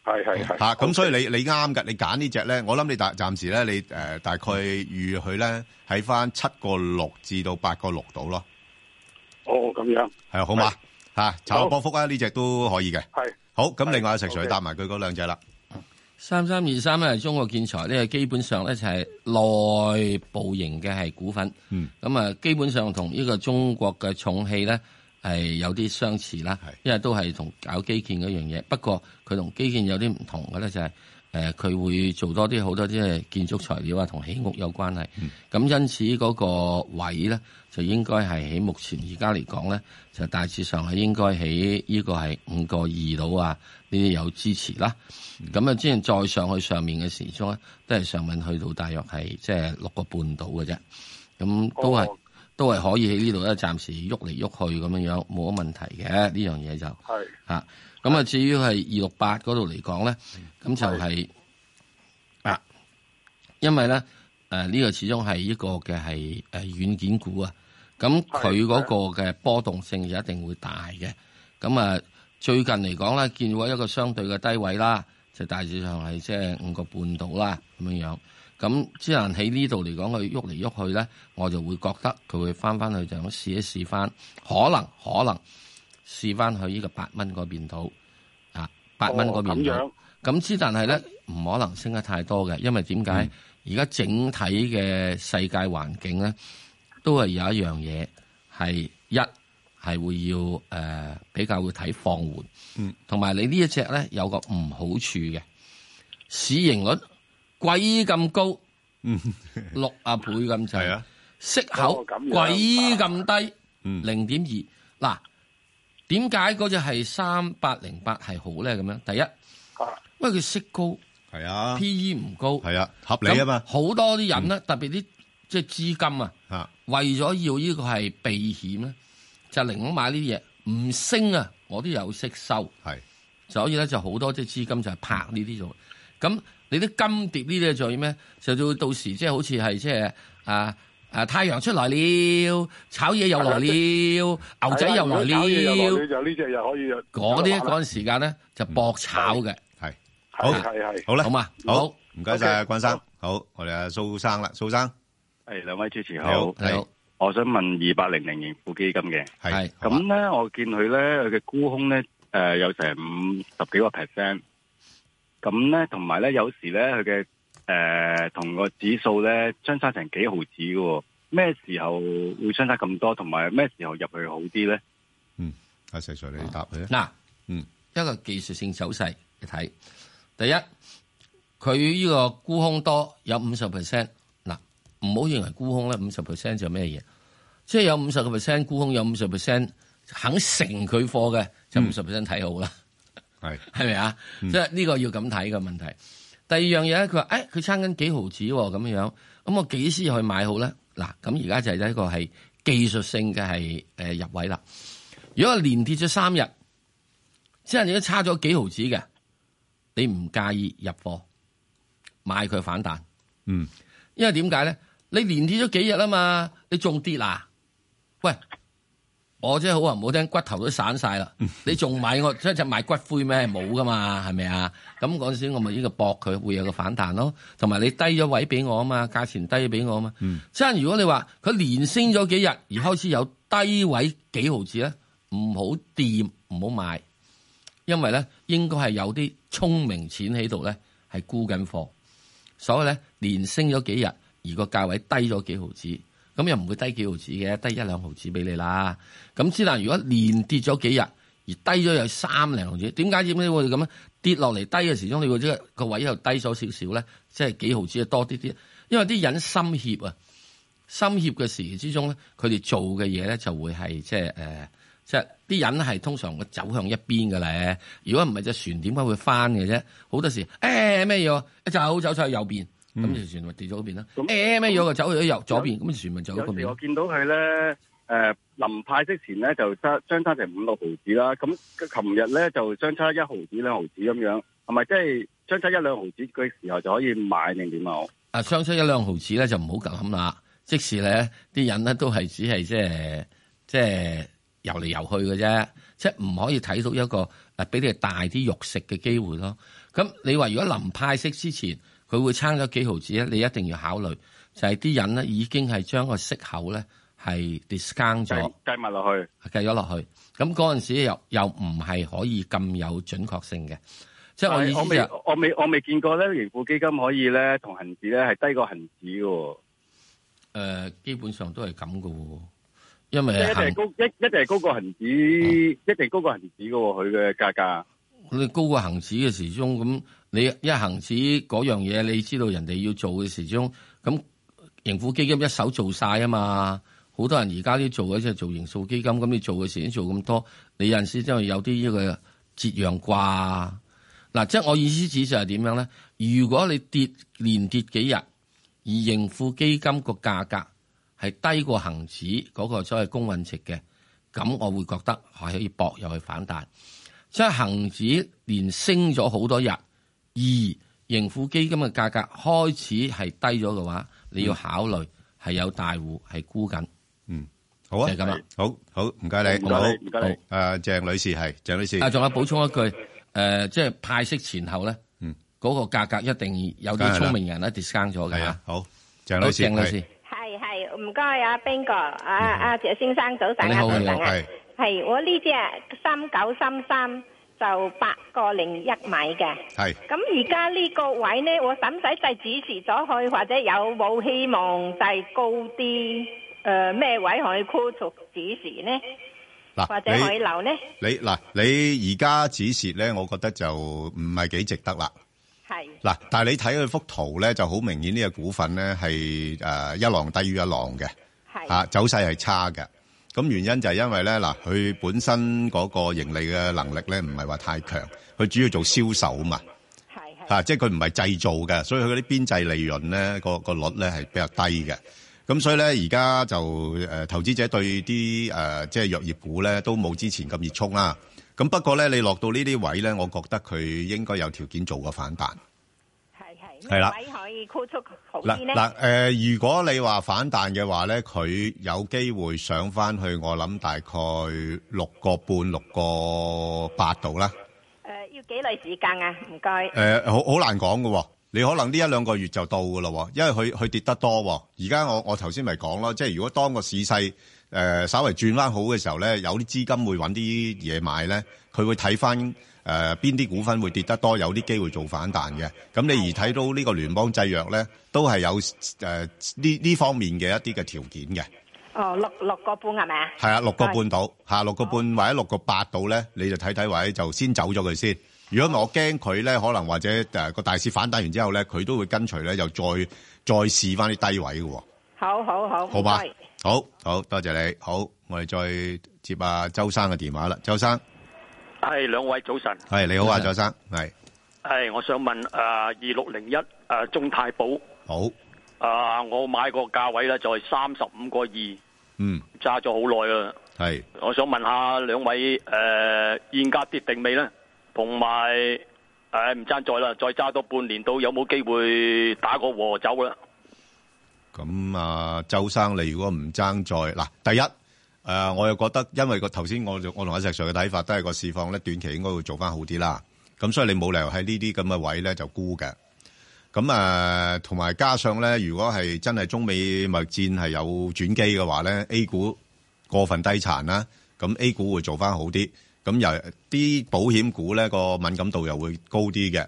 Speaker 4: 係係係。
Speaker 2: 吓，咁所以你你啱嘅，你揀呢只咧，我諗你大暫時咧，你誒大概預佢咧喺翻七個六至到八個六度咯，
Speaker 4: 哦，咁樣
Speaker 2: 係好嘛？嚇，炒個波幅啊，呢只都可以嘅。
Speaker 4: 係。
Speaker 2: 好，咁另外阿石
Speaker 4: 係
Speaker 2: Sir
Speaker 4: OK
Speaker 2: 搭埋佢嗰兩隻啦，
Speaker 1: 三三二三咧，中國建材咧，基本上咧就係內部型嘅係股份。
Speaker 2: 嗯，
Speaker 1: 咁啊，基本上同呢個中國嘅重器咧係有啲相似啦
Speaker 2: 係，
Speaker 1: 因為都係同搞基建嗰樣嘢。不過佢同基建有啲唔同嘅咧，就係誒呃佢會做多啲好多啲係建築材料啊，同起屋有關係。咁、因此嗰個位咧，就應該係喺目前而家嚟講咧，就大致上係應該喺呢個係五個二度啊，呢啲有支持啦。咁啊，之前再上去上面嘅時鐘咧，都係上面去到大約係即係六個半度嘅啫。咁都係、
Speaker 4: 哦
Speaker 1: 都係可以喺呢度咧，暫時喐嚟喐去咁樣樣，冇乜問題嘅呢樣嘢就
Speaker 4: 係
Speaker 1: 嚇。咁啊，至於係二六八嗰度嚟講咧，咁就係、啊，因為咧誒呢、呃呢個始終係一個嘅係誒軟件股啊，咁佢嗰個嘅波動性就一定會大嘅。咁啊，最近嚟講咧，見過一個相對嘅低位啦，就大致上係即係五個半度啦咁樣樣。咁之但喺呢度嚟講，佢喐嚟喐去咧，我就會覺得佢會翻翻去就咁試一試翻，可能可能試翻去呢個八蚊嗰邊度啊，八蚊嗰邊
Speaker 4: 哦咁
Speaker 1: 度
Speaker 4: 樣。。
Speaker 1: 咁之但係咧，
Speaker 4: 嗯
Speaker 1: 唔可能升得太多嘅，因為點解？
Speaker 2: 嗯
Speaker 1: 而家整體嘅世界環境咧，都係有一樣嘢係一係會要誒、呃比較會睇放緩，
Speaker 2: 嗯，
Speaker 1: 同埋你呢一隻咧有個唔好處嘅市盈率鬼咁高，
Speaker 2: 嗯，
Speaker 1: 六啊倍咁滯，
Speaker 2: 係啊，
Speaker 1: 息口
Speaker 4: 哦咁樣啊
Speaker 1: 鬼咁低，
Speaker 2: 嗯
Speaker 1: 零點二嗱。點解嗰只係三八零八係好咧？咁樣第一，
Speaker 4: 啊
Speaker 1: 因為佢息高
Speaker 2: 係啊，
Speaker 1: ，P E 唔高，
Speaker 2: 係啊，合理啊嘛
Speaker 1: 咁，好多啲人咧，特別啲即係資金啊，
Speaker 2: 嚇。
Speaker 1: 為咗要呢個係避險咧，就寧願買呢啲嘢唔升啊，我都有息收，
Speaker 2: 係
Speaker 1: 所以咧就好多啲資金就係拍呢啲做。咁你啲金碟呢啲就要咩？就到到時即係好似係即係啊啊太陽出來了，炒嘢又來了，牛仔又來
Speaker 4: 啊係啦如果搞嘢又來
Speaker 1: 了，
Speaker 4: 就呢只又可以
Speaker 1: 嗰啲嗰陣時間咧就搏炒嘅，
Speaker 2: 係
Speaker 4: 好
Speaker 2: 好
Speaker 4: 係係。
Speaker 2: 好啦，
Speaker 1: 好嘛？
Speaker 2: 好
Speaker 1: 好，
Speaker 2: 唔該晒
Speaker 4: OK，
Speaker 2: 關生，好，我哋阿蘇生啦，蘇生
Speaker 5: 诶，两位主持
Speaker 2: 你
Speaker 5: 好
Speaker 2: 好，
Speaker 1: 你好，
Speaker 5: 我想問二八零零盈富基金嘅，
Speaker 2: 係
Speaker 1: 係
Speaker 2: 好啊
Speaker 5: 咁咧我見佢咧佢嘅沽空咧誒、呃有成五十幾個 percent。咁咧，同埋咧，有時咧佢嘅誒同個指數咧相差成幾毫子嘅喎。咩時候會相差咁多？同埋咩時候入去好啲咧？
Speaker 2: 阿石 Sir 你答佢啊。
Speaker 1: 嗱，
Speaker 2: 嗯，
Speaker 1: 一個技術性走勢，你睇第一，佢呢個沽空多有五十 percent，嗱，唔好認為沽空咧五十 percent 就咩嘢，即係有五十個 percent 沽空，有五十 percent 肯承佢貨嘅，就五十 percent 睇好啦，
Speaker 2: 嗯係
Speaker 1: (laughs)
Speaker 2: 嗯
Speaker 1: 係咪啊？即係呢個要咁睇嘅問題。第二樣嘢咧，佢話哎誒佢差緊幾毫子喎咁樣，咁我幾時去買好咧？嗱，咁而家就係一個係技術性嘅係誒入位啦。如果連跌咗三日，即係你都差咗幾毫子嘅，你唔介意入貨買佢反彈？
Speaker 2: 嗯，
Speaker 1: 因為點解咧？你連跌咗幾日啊嘛，你仲跌啊？喂，我真係好話唔好聽，骨頭都散晒啦，你仲買我即係買骨灰咩？冇噶嘛，係咪啊？咁嗰陣時我咪呢個搏佢會有個反彈咯，同埋你低咗位俾我啊嘛，價錢低咗俾我啊嘛。即係如果你話佢連升咗幾日而開始有低位幾毫子咧，唔好掂，唔好買，因為咧應該係有啲聰明錢喺度咧係沽緊貨，所以咧連升咗幾日而個價位低咗幾毫子，咁又唔會低幾毫子嘅，低一兩毫子俾你啦。咁之但如果連跌咗幾日而低咗有三零毫子，點解點解會咁咧？跌落嚟低嘅時鐘，你會即係個位又低咗少少咧，即係幾毫子啊多啲啲，因為啲人心怯啊。心怯嘅時之中咧，佢哋做嘅嘢咧就會係即係誒，呃即係啲人係通常會走向一邊嘅咧。如果唔係隻船點解會翻嘅啫？好多時誒咩嘢喎一走走晒去右邊，咁隻船咪跌咗嗰邊啦。
Speaker 5: 嗯咁
Speaker 1: 誒咩嘢喎走去咗右左邊，咁隻船咪走咗嗰
Speaker 5: 有
Speaker 1: 邊
Speaker 5: 時我
Speaker 1: 咯。
Speaker 5: 見到佢咧，誒臨派息前咧就差相差成五六毫子啦。咁佢琴日咧就相差一毫子兩毫子咁樣，係咪即係相差一兩毫子嘅時候就可以買定點啊？
Speaker 1: 啊，相差一兩毫子咧就唔好咁諗啦。即使咧啲人咧都係只係即係即係游嚟游去嘅啫，即係唔可以睇到一個誒俾你大啲肉食嘅機會咯。咁你話如果臨派息之前佢會差咗幾毫子咧，你一定要考慮就係、啲人咧已經係將個息口咧係 discount 咗
Speaker 5: 計。計埋落去，
Speaker 1: 計咗落去，咁嗰陣時又又唔係可以咁有準確性嘅，即係我
Speaker 5: 但
Speaker 1: 意
Speaker 5: 係我
Speaker 1: 思就
Speaker 5: 未
Speaker 1: 係
Speaker 5: 我未我未見過咧，盈富基金可以咧同恒指咧係低過恒指嘅喎，
Speaker 1: 誒、呃基本上都係咁嘅喎，因
Speaker 5: 即係
Speaker 1: 為
Speaker 5: 一定係
Speaker 1: 行
Speaker 5: 高一一定係高過恒指，一定係高過恒指嘅喎，佢嘅價格。
Speaker 1: 你高過恒指嘅時鐘，咁你一恒指嗰樣嘢，你知道人哋要做嘅時鐘，咁盈富基金一手做晒啊嘛。好多人而家都做嘅，即係做盈數基金，咁你做嘅時已經做咁多，你有陣時真係有啲呢個折讓啩。嗱，即係我意思指就係點樣咧？如果你跌連跌幾日，而盈富基金個價格係低過恒指嗰個所謂公允值嘅，咁我會覺得係可以搏入去反彈。即係恒指連升咗好多日，而盈富基金嘅價格開始係低咗嘅話，你要考慮係有大戶係沽緊，
Speaker 2: 好
Speaker 1: 就
Speaker 2: 啊
Speaker 1: 係，咁啦。
Speaker 2: 好好唔該你，
Speaker 5: 唔該
Speaker 2: 好
Speaker 5: 你唔該你
Speaker 2: 好啊，鄭女士係鄭女士
Speaker 1: 啊，，仲有補充一句，誒、即係派息前後咧，
Speaker 2: 嗯
Speaker 1: 嗰個價格一定有
Speaker 2: 梗係
Speaker 1: 啲
Speaker 2: 啦
Speaker 1: 聰明人咧 discount 咗嘅
Speaker 2: 係
Speaker 1: 嚇
Speaker 2: 啊，。好，鄭
Speaker 1: 好，
Speaker 2: 女士，
Speaker 1: 鄭女士，
Speaker 6: 系系，唔该啊，Ben 哥，啊啊，謝先生早晨
Speaker 1: 你
Speaker 6: 啊，
Speaker 1: 好
Speaker 6: 早晨
Speaker 1: 你好
Speaker 6: 啊
Speaker 2: 係，
Speaker 6: 係我呢只三九三三就八個零一買嘅，
Speaker 2: 係
Speaker 6: 咁而家呢個位呢，我使唔使就指示咗佢，或者有冇希望就高啲？誒咩、位可以箍住指示呢？或者
Speaker 2: 嗱，
Speaker 6: 可
Speaker 2: 你
Speaker 6: 以留呢？
Speaker 2: 你嗱，你而家止蝕咧，我覺得就唔係幾值得啦。
Speaker 6: 係
Speaker 2: 嗱，但係你睇佢幅圖咧，就好明顯呢個股份咧係誒一浪低於一浪嘅。
Speaker 6: 係
Speaker 2: 啊，走勢係差嘅。咁原因就係因為咧嗱，佢本身嗰個盈利嘅能力咧，唔係話太強，佢主要做銷售啊嘛，
Speaker 6: 係係
Speaker 2: 嚇、即係佢唔係製造嘅，所以佢嗰啲邊際利潤咧，個個率咧係比較低嘅。咁所以咧，而家就誒、呃投資者對啲誒、呃即係藥業股咧都冇之前咁熱衷啦。咁不過咧，你落到呢啲位咧，我覺得佢應該有條件做個反彈。
Speaker 6: 係係，
Speaker 2: 係啦
Speaker 6: 咩位可以箍住好
Speaker 2: 嗱
Speaker 6: 啲呢？
Speaker 2: 嗱誒，如果你話反彈嘅話咧，佢有機會上翻去，我諗大概六個半、六個八度啦。
Speaker 6: 誒、要幾耐時間啊？唔該
Speaker 2: 誒、。呃好好難講嘅喎，你可能呢一兩個月就到嘅咯喎，因為佢佢跌得多喎。而家我我頭先咪講咯，即係如果當個市勢誒、誒稍微轉翻好嘅時候咧，有啲資金會揾啲嘢買咧，佢會睇翻誒邊啲股份會跌得多，有啲機會做反彈嘅。咁你而睇到呢個聯邦製藥咧，都係有誒呢呢方面嘅一啲嘅條件嘅。
Speaker 6: 哦，六六個半係咪啊？
Speaker 2: 係啊，哦六個半到嚇，六個半或者六個八到咧，你就睇睇位就先走咗佢先。如果唔係我驚佢咧，可能或者誒個大市反彈完之後咧，佢都會跟隨咧，又再再試翻啲低位嘅喎。
Speaker 6: 好好好，
Speaker 2: 好
Speaker 6: 唔
Speaker 2: 嘛
Speaker 6: 該，
Speaker 2: 好好多謝你。好，我哋再接阿周生嘅電話啦。周生，
Speaker 7: 系两位早晨，
Speaker 2: 係你好啊，周生，係
Speaker 7: 系我想问诶二六零一诶中太保
Speaker 2: 好，
Speaker 7: 啊、我買個價位咧就係三十五個二，揸
Speaker 2: 嗯，
Speaker 7: 咗好耐啦。
Speaker 2: 係
Speaker 7: 我想問下兩位誒、呃、現價跌定未咧？同埋誒唔爭在啦，再揸多半年到有冇機會打個和走啦？
Speaker 2: 咁啊，周生，你如果唔爭在嗱，第一誒、呃我又覺得因為個頭先我就我同阿石 Sir 嘅睇法都係個市況咧，短期應該會做翻好啲啦。咁所以你冇理由喺呢啲咁嘅位咧就沽嘅。咁啊，同埋加上咧，如果係真係中美貿易戰係有轉機嘅話咧，A 股過分低殘啦，咁 A 股會做翻好啲。咁由啲保險股咧個敏感度又會高啲嘅。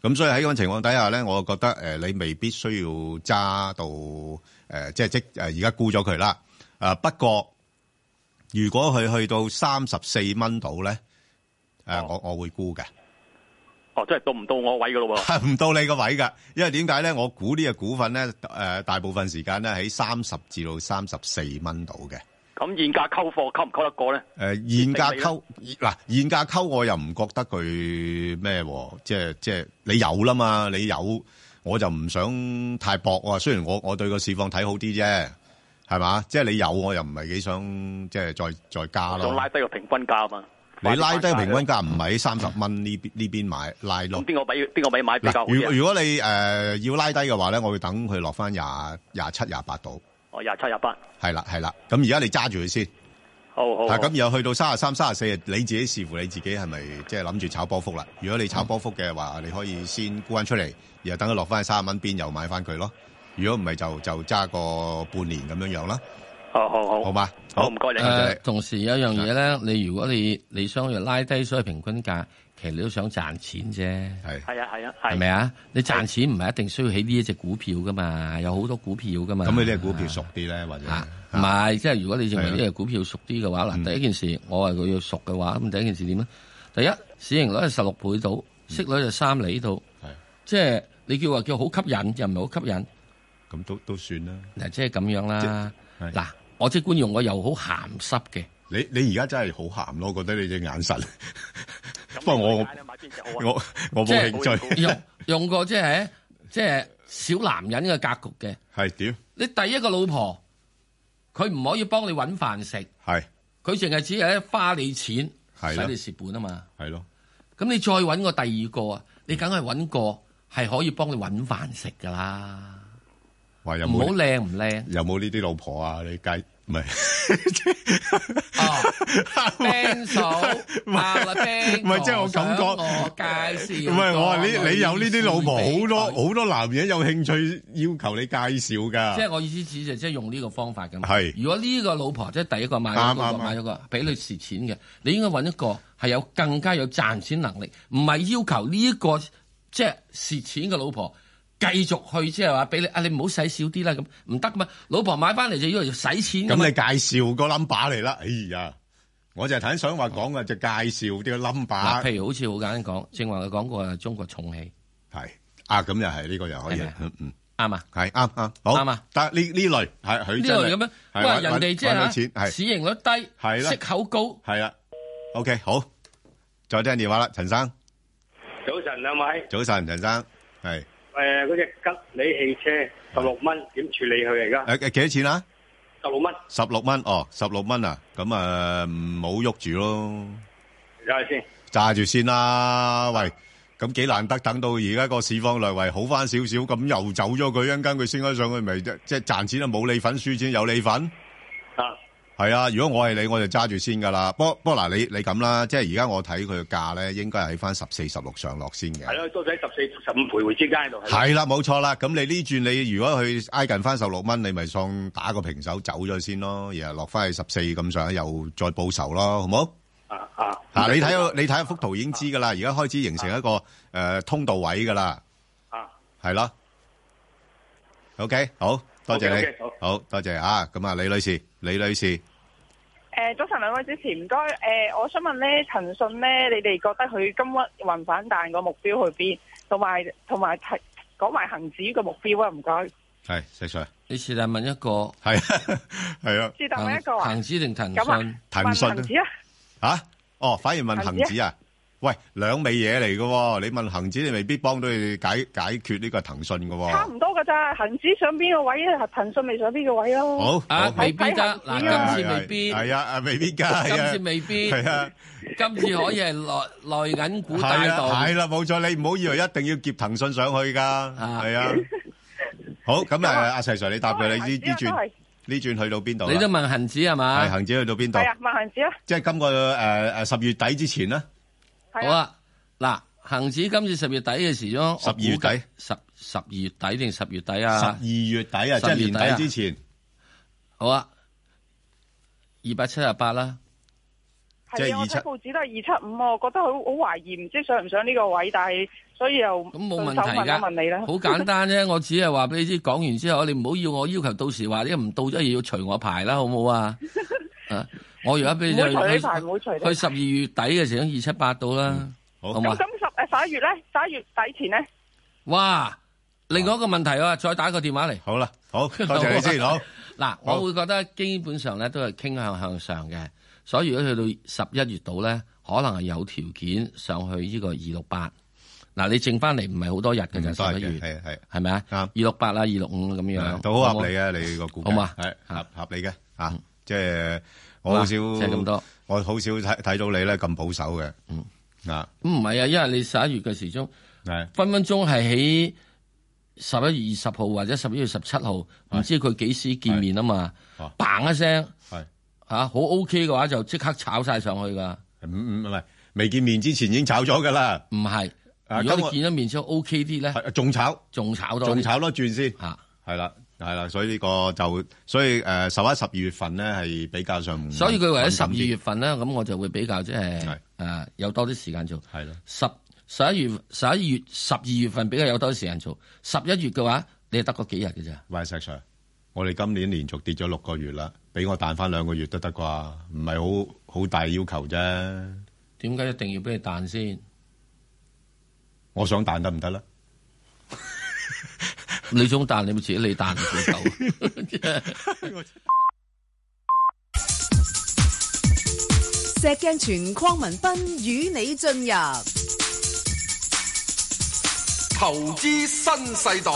Speaker 2: 咁所以喺咁嘅情況底下咧，我覺得誒、呃你未必需要揸到誒、呃即係即誒而家沽咗佢啦。啊、不過如果佢去到三十四蚊度咧，誒、我我會沽嘅。 (laughs)
Speaker 7: 哦，即係到唔到我位噶咯喎？
Speaker 2: 唔到你個位㗎，因為點解咧？我估呢個股份咧，誒、大部分時間咧喺三十至到三十四蚊度嘅。誒、
Speaker 7: 咁現價溝貨溝唔溝得過咧？
Speaker 2: 呃現價溝嗱
Speaker 7: 啊
Speaker 2: 現價溝，我又唔覺得佢咩喎？即係即係你有啦嘛，你有我就唔想太搏喎。雖然我我對個市況睇好啲啫，係嘛？即係你有，我又唔係幾想即係再再加
Speaker 7: 想
Speaker 2: 咯。
Speaker 7: 拉低個平均價嘛？
Speaker 2: 你拉低平均
Speaker 7: 咁
Speaker 2: 價唔係喺三十蚊呢邊呢邊買拉咯。
Speaker 7: 邊個位邊個位買比較
Speaker 2: 嗱，
Speaker 7: 好
Speaker 2: 如果如
Speaker 7: 啲啊？
Speaker 2: 果你誒、呃要拉低嘅話咧，我會等佢落翻廿廿七、廿八度，
Speaker 7: 哦，廿七廿八，
Speaker 2: 係啦係啦。咁而家你揸住佢先，
Speaker 7: 好好。
Speaker 2: 啊
Speaker 7: 好
Speaker 2: 咁然後去到三十三、三十四，你自己視乎你自己係咪即係諗住炒波幅啦。如果你炒波幅嘅話，你可以先沽翻出嚟，然後等佢落翻三十蚊邊又買翻佢咯。如果唔係就就揸個半年咁樣樣啦，
Speaker 7: 好好
Speaker 2: 好
Speaker 7: 好，
Speaker 2: 嘛？
Speaker 7: 好唔該你。
Speaker 2: 多謝
Speaker 1: 誒
Speaker 2: 你，
Speaker 1: 呃同時有一樣嘢咧，你如果你你想要拉低所謂平均價，其實你都想賺錢啫。
Speaker 2: 係
Speaker 7: 係啊係啊
Speaker 1: 係
Speaker 7: 係。
Speaker 1: 咪啊？你賺錢唔係一定需要起呢一隻股票噶嘛，有好多股票噶嘛。
Speaker 2: 咁你啲股票熟啲咧，或者
Speaker 1: 啊？唔係，即係如果你認為
Speaker 2: 係啊
Speaker 1: 呢隻股票熟啲嘅話，
Speaker 2: 嗯
Speaker 1: 嗱，第一件事我話佢要熟嘅話，咁第一件事點咧？啊第一市盈率係十六倍到，息率就三厘到
Speaker 2: 嗯係，
Speaker 1: 即係你叫話叫好吸引，又唔係好吸引。
Speaker 2: 咁都都算啦。
Speaker 1: 嗱，即係咁樣啦。
Speaker 2: 即係
Speaker 1: 嗱，我即管用我又好鹹濕嘅，
Speaker 2: 你你而家真係好鹹咯，我覺得你隻眼神，
Speaker 7: 咁
Speaker 2: 不過我
Speaker 7: 你買呢買邊隻好啊？
Speaker 2: 我我
Speaker 1: 即
Speaker 2: 冇
Speaker 1: 係
Speaker 2: 興趣，
Speaker 1: 用用個即係即係小男人嘅格局嘅。
Speaker 2: 係屌
Speaker 1: 你第一個老婆，佢唔可以幫你揾飯食，
Speaker 2: 係
Speaker 1: 佢淨係只係咧花你錢，
Speaker 2: 係
Speaker 1: 使
Speaker 2: 啦
Speaker 1: 你蝕本啊嘛。
Speaker 2: 係咯。
Speaker 1: 咁你再揾個第二個啊，你梗係揾個係可以幫你揾飯食噶啦，
Speaker 2: 话有
Speaker 1: 唔好
Speaker 2: 冇
Speaker 1: 靚唔靚
Speaker 2: 有冇呢啲老婆啊？你介唔係
Speaker 1: 啊，Ben 嫂，
Speaker 2: (laughs) 唔係
Speaker 1: 阿阿 Ben，
Speaker 2: 唔係即係我感覺
Speaker 1: 想我介
Speaker 2: 唔
Speaker 1: 紹，
Speaker 2: 係我話你你有呢啲老婆好多，好多男人有興趣要求你介紹㗎。
Speaker 1: 即係我意思指就即係用呢個方法㗎嘛。
Speaker 2: 啊係
Speaker 1: 如果呢個老婆即係第一個買
Speaker 2: 啱
Speaker 1: 咗
Speaker 2: 啱
Speaker 1: 個
Speaker 2: 啱
Speaker 1: 買咗個俾你蝕錢嘅，你應該揾一個係有更加有賺錢能力，唔係要求呢、一個即係蝕錢嘅老婆。繼續去即係話俾你啊！你唔好使少啲啦，咁唔得噶嘛。老婆買翻嚟就要嚟使錢㗎
Speaker 2: 咁
Speaker 1: 嘛
Speaker 2: 你介紹個 number 嚟啦。哎呀，我就係睇想話講嘅，就介紹啲個
Speaker 1: 嗱，
Speaker 2: number
Speaker 1: 譬如好似好簡單講，正話佢講過係中國重器，
Speaker 2: 係啊，咁又係呢個又可以
Speaker 1: 係咪，
Speaker 2: 嗯嗯，
Speaker 1: 啱啊？
Speaker 2: 係啱啱好
Speaker 1: 啱啊。
Speaker 2: 但呢呢類係佢真
Speaker 1: 呢度
Speaker 2: 係
Speaker 1: 咁樣，
Speaker 2: 係
Speaker 1: 哇！
Speaker 2: 揾
Speaker 1: 人哋即
Speaker 2: 揾到
Speaker 1: 係
Speaker 2: 錢
Speaker 1: 嚇
Speaker 2: 係
Speaker 1: 市盈率低，
Speaker 2: 係啦
Speaker 1: 息口高，
Speaker 2: 係啦。OK，好，再聽電話啦，陳生，
Speaker 8: 早晨兩位，
Speaker 2: 早晨，陳生，係
Speaker 8: 誒嗰只吉利汽車十六蚊點處理佢而家？
Speaker 2: 誒誒幾多錢啊？
Speaker 8: 十六蚊，
Speaker 2: 十六蚊哦，十六蚊啊，咁啊唔好喐住咯，
Speaker 8: 睇下先。
Speaker 2: 揸住先啦。喂，咁幾難得等到而家個市況略為好翻少少，咁又走咗佢，一間佢升咗上去，咪即即係賺錢啊，冇你份，輸錢有你份，
Speaker 8: 啊，
Speaker 2: 係啊，如果我係你，我就揸住先㗎啦。不過不過嗱，你你咁啦，即係而家我睇佢嘅價咧，應該係喺翻十四、十六上落先嘅。
Speaker 8: 係咯，都喺十四、十五徘徊之間喺度。
Speaker 2: 係啦，冇錯啦。咁你呢轉你如果去挨近翻十六蚊，你咪送打個平手走咗先咯，然後落翻去十四咁上下，又再報仇咯，好冇？
Speaker 8: 啊啊
Speaker 4: (laughs)
Speaker 2: 嗱，你睇到你睇下幅圖已經知㗎啦，而家開始形成一個誒、呃通道位㗎啦，
Speaker 8: 啊，
Speaker 2: 係咯。OK，好多謝你
Speaker 8: OK，OK，
Speaker 2: 好多謝啊。咁啊，李女士，李女士， (laughs)
Speaker 9: 诶，早晨兩位主持，唔該。诶，我想問咧，騰訊咧，你哋覺得佢今日雲反彈個目標去邊？同埋同埋提講埋恒指個目標啊，唔該。
Speaker 2: 係石 Sir，
Speaker 1: 你是但問一個
Speaker 2: 係係啊，
Speaker 9: 是但問一個啊
Speaker 1: 恒，指定騰
Speaker 9: 咁
Speaker 1: 訊
Speaker 9: 啊？
Speaker 2: 騰
Speaker 9: 問恒
Speaker 2: 訊
Speaker 9: 指啊，
Speaker 2: 啊，哦，反而問恒
Speaker 9: 恒
Speaker 2: 指啊，喂，兩味嘢嚟嘅喎，你問恒指，你未必幫到你解解決呢個騰訊嘅喎。
Speaker 9: 差唔多噶咋？恒指上邊個位啊？騰訊咪上邊個位咯？
Speaker 2: 好，
Speaker 1: 啊，
Speaker 2: 好
Speaker 1: 未必得
Speaker 9: 睇恒指
Speaker 1: 嗱，
Speaker 9: 啊
Speaker 1: 今次未必，
Speaker 2: 係啊，啊未必㗎，
Speaker 1: 今
Speaker 2: 係啊
Speaker 1: 次未必，
Speaker 2: 係啊。
Speaker 1: 今次可以係內內銀股帶
Speaker 2: 係啊啦，
Speaker 1: 動。
Speaker 2: 係啦，冇錯，你唔好以為一定要夾騰訊上去㗎，
Speaker 1: 啊。
Speaker 2: (laughs) 係啊。好，咁，誒，阿石Sir，你答佢，
Speaker 9: 因為
Speaker 2: 你呢-
Speaker 9: 恒指
Speaker 2: 呢轉-
Speaker 9: 都係
Speaker 2: 呢轉去到邊度啦？
Speaker 1: 你都問恒指係嘛？
Speaker 2: 係，恒指去到邊度啦？
Speaker 9: 係啊，問恒指啊，
Speaker 2: 即係今個，誒，誒，10月底之前啦，
Speaker 9: 係
Speaker 1: 好
Speaker 9: 啊，
Speaker 1: 啊，嗱，恒指今次十月底嘅時鐘，我估
Speaker 2: 12月底
Speaker 1: 計十十二月底定十月底啊？
Speaker 2: 12月底啊，
Speaker 1: 12
Speaker 2: 即係年底
Speaker 1: 月底啊。
Speaker 2: 之前，
Speaker 1: 好啊，二百七十八啦。
Speaker 2: 即係
Speaker 9: 係啊，我
Speaker 2: 27
Speaker 9: 睇報紙都係二七五啊，我覺得佢好懷疑，唔知上唔上呢個位，但係所以又
Speaker 1: 咁冇問
Speaker 9: 順手
Speaker 1: 題㗎，
Speaker 9: 問一問你啦。
Speaker 1: 好簡單啫，我只係話俾你知，講完之後你唔好要我要求到時話，因為唔到咗要除我牌啦，好唔好
Speaker 9: (laughs)
Speaker 1: 啊？啊，我而家俾你
Speaker 9: 唔好除呢排，
Speaker 1: 去
Speaker 9: 唔好除呢排
Speaker 1: 去十二月底嘅時候二七八到啦，
Speaker 2: 好
Speaker 1: 好嘛
Speaker 9: 咁？咁十誒十一月咧，十一月底前咧，
Speaker 1: 哇！另外一個問題啊，再打個電話嚟。 (laughs)
Speaker 2: 好啦，好，多謝你先，好，
Speaker 1: 嗱，
Speaker 2: 好
Speaker 1: 我會覺得基本上咧都係傾向向上嘅，所以如果去到十一月度咧，可能係有條件上去呢個二六八。嗱，你剩翻嚟唔係好多日嘅咋，十一月
Speaker 2: 唔多謝，係，係，係，
Speaker 1: 係咪啊？
Speaker 2: 啱
Speaker 1: 二六八啦，二六五啊咁樣，好冇
Speaker 2: 都好合理嘅，你個估計，
Speaker 1: 好嘛？
Speaker 2: 係，合-合理嘅，啊，
Speaker 1: 嗯。
Speaker 2: 即係我好
Speaker 1: 好啊，
Speaker 2: 少-
Speaker 1: 就係咁多。
Speaker 2: 我好少睇-睇到你呢咁保守嘅，
Speaker 1: 嗯。唔係啊，因為你十一月嘅時鐘
Speaker 2: 啊，係，係，
Speaker 1: 分分鐘係喺十一月二十號或者十一月十七號，唔知佢幾時見面啊嘛
Speaker 2: 嗯哦。
Speaker 1: 嘭一聲嚇，啊好 OK 嘅話就即刻炒晒上去噶。
Speaker 2: 唔唔唔係，未見面之前已經炒咗㗎啦，
Speaker 1: 唔係，
Speaker 2: 啊
Speaker 1: 如
Speaker 2: 咁
Speaker 1: 果
Speaker 2: 我
Speaker 1: 你見咗面之後 OK 啲咧，
Speaker 2: 係仲炒，
Speaker 1: 仲炒多啲
Speaker 2: 仲炒多轉先，
Speaker 1: 嚇。
Speaker 2: 係啦，係啦，所以呢個就所以誒十一、十二月份咧係比較上，
Speaker 1: 所以佢為咗十二月
Speaker 2: 敏
Speaker 1: 份咧，咁我就會比較即係
Speaker 2: 嗯係
Speaker 1: 誒有多啲時間做。
Speaker 2: 感啲係咯，
Speaker 1: 十十一月十一月十二月份比較有多啲時間做，十一月嘅話你係得嗰幾日嘅咋。
Speaker 2: 喂石 Sir，我哋今年連續跌咗六個月啦，俾我彈翻兩個月都得啩，唔係好好大要求啫，
Speaker 1: 點解一定要俾你彈先？
Speaker 2: 我想彈得唔得啦？
Speaker 1: 你想彈你咪自己你彈自己走。
Speaker 10: (laughs)
Speaker 11: 石鏡泉邝文斌與你進入
Speaker 12: 投資新世代，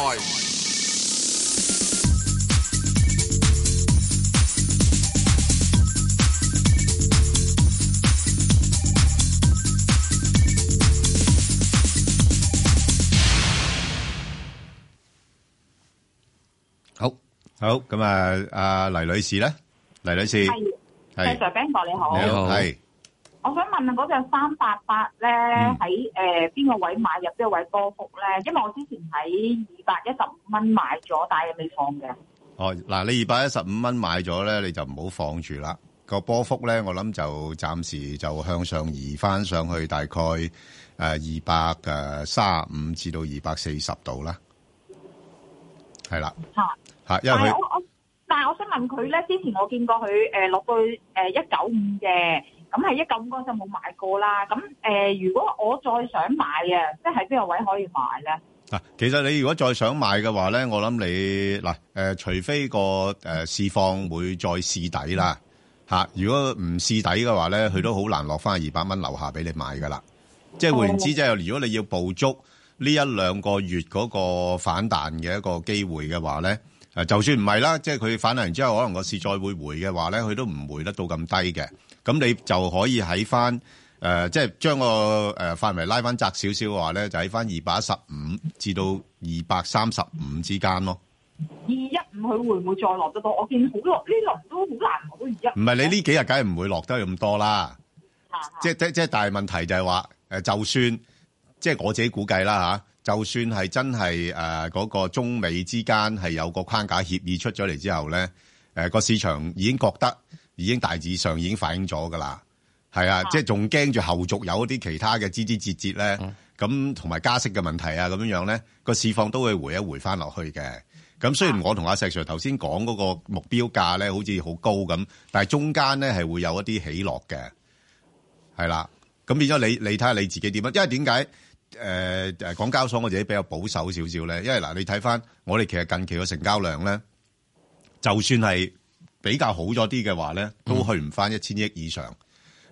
Speaker 1: 好，
Speaker 2: 好，咁啊，阿黎女士咧，黎女士
Speaker 3: 係
Speaker 2: 係
Speaker 3: Ben 哥你好
Speaker 2: 你
Speaker 1: 好
Speaker 2: 好，係
Speaker 3: 我想問嗰隻三八八咧，喺誒邊個位買入，邊個位波幅咧？因為我之前喺二百一十五蚊買咗，但係未放嘅。
Speaker 2: 哦，嗱，你二百一十五蚊買咗咧，你就唔好放住啦。個波幅咧，我諗就暫時就向上移翻上去，大概誒二百誒三五至到二百四十度啦。係啦，嚇，因
Speaker 3: 但
Speaker 2: 為
Speaker 3: 係
Speaker 2: 佢
Speaker 3: 我我，但係我想問佢咧，之前我見過佢誒落到誒一九五嘅，咁係一九五嗰陣冇買過啦。咁誒、如果我再想買啊，即係邊個位可以買咧？
Speaker 2: 嗱，啊其實你如果再想買嘅話咧，我諗你嗱誒、呃除非個誒、呃、市況會再試底啦嚇、如果唔試底嘅話咧，佢都好難落翻二百蚊樓下俾你買噶啦。即係換言之，即係如果你要捕捉呢一兩個月嗰個反彈嘅一個機會嘅話咧，誒就算唔係啦，即係佢反彈完之後，可能個市再會回嘅話咧，佢都唔回得到咁低嘅。咁你就可以喺翻。誒、呃即係將個誒範圍拉翻窄少少嘅話咧，就喺翻二百一十五至到二百三十五之間咯。
Speaker 3: 二一五五，佢會唔會再落得到？我見好落呢輪都好難落到二一五。
Speaker 2: 唔係你呢幾日梗係唔會落得咁多啦。
Speaker 3: 啊
Speaker 2: 即係即即係但係問題就係話誒，就算即係我自己估計啦嚇，就算係真係誒嗰個中美之間係有個框架協議出咗嚟之後咧，誒、個市場已經覺得已經大致上已經反映咗㗎啦。係啊，即係仲驚住後續有啲其他嘅枝枝節節咧，咁同埋加息嘅問題啊，咁樣樣咧個市況都會回一回翻落去嘅。咁雖然我同阿石 Sir 頭先講嗰個目標價咧，好似好高咁，但係中間咧係會有一啲起落嘅。係啦，咁變咗你你睇下你自己點啊樣，因為點解誒誒港交所我自己比較保守少少咧，因為嗱你睇翻我哋其實近期嘅成交量咧，就算係比較好咗啲嘅話咧，都去唔翻一千億以上。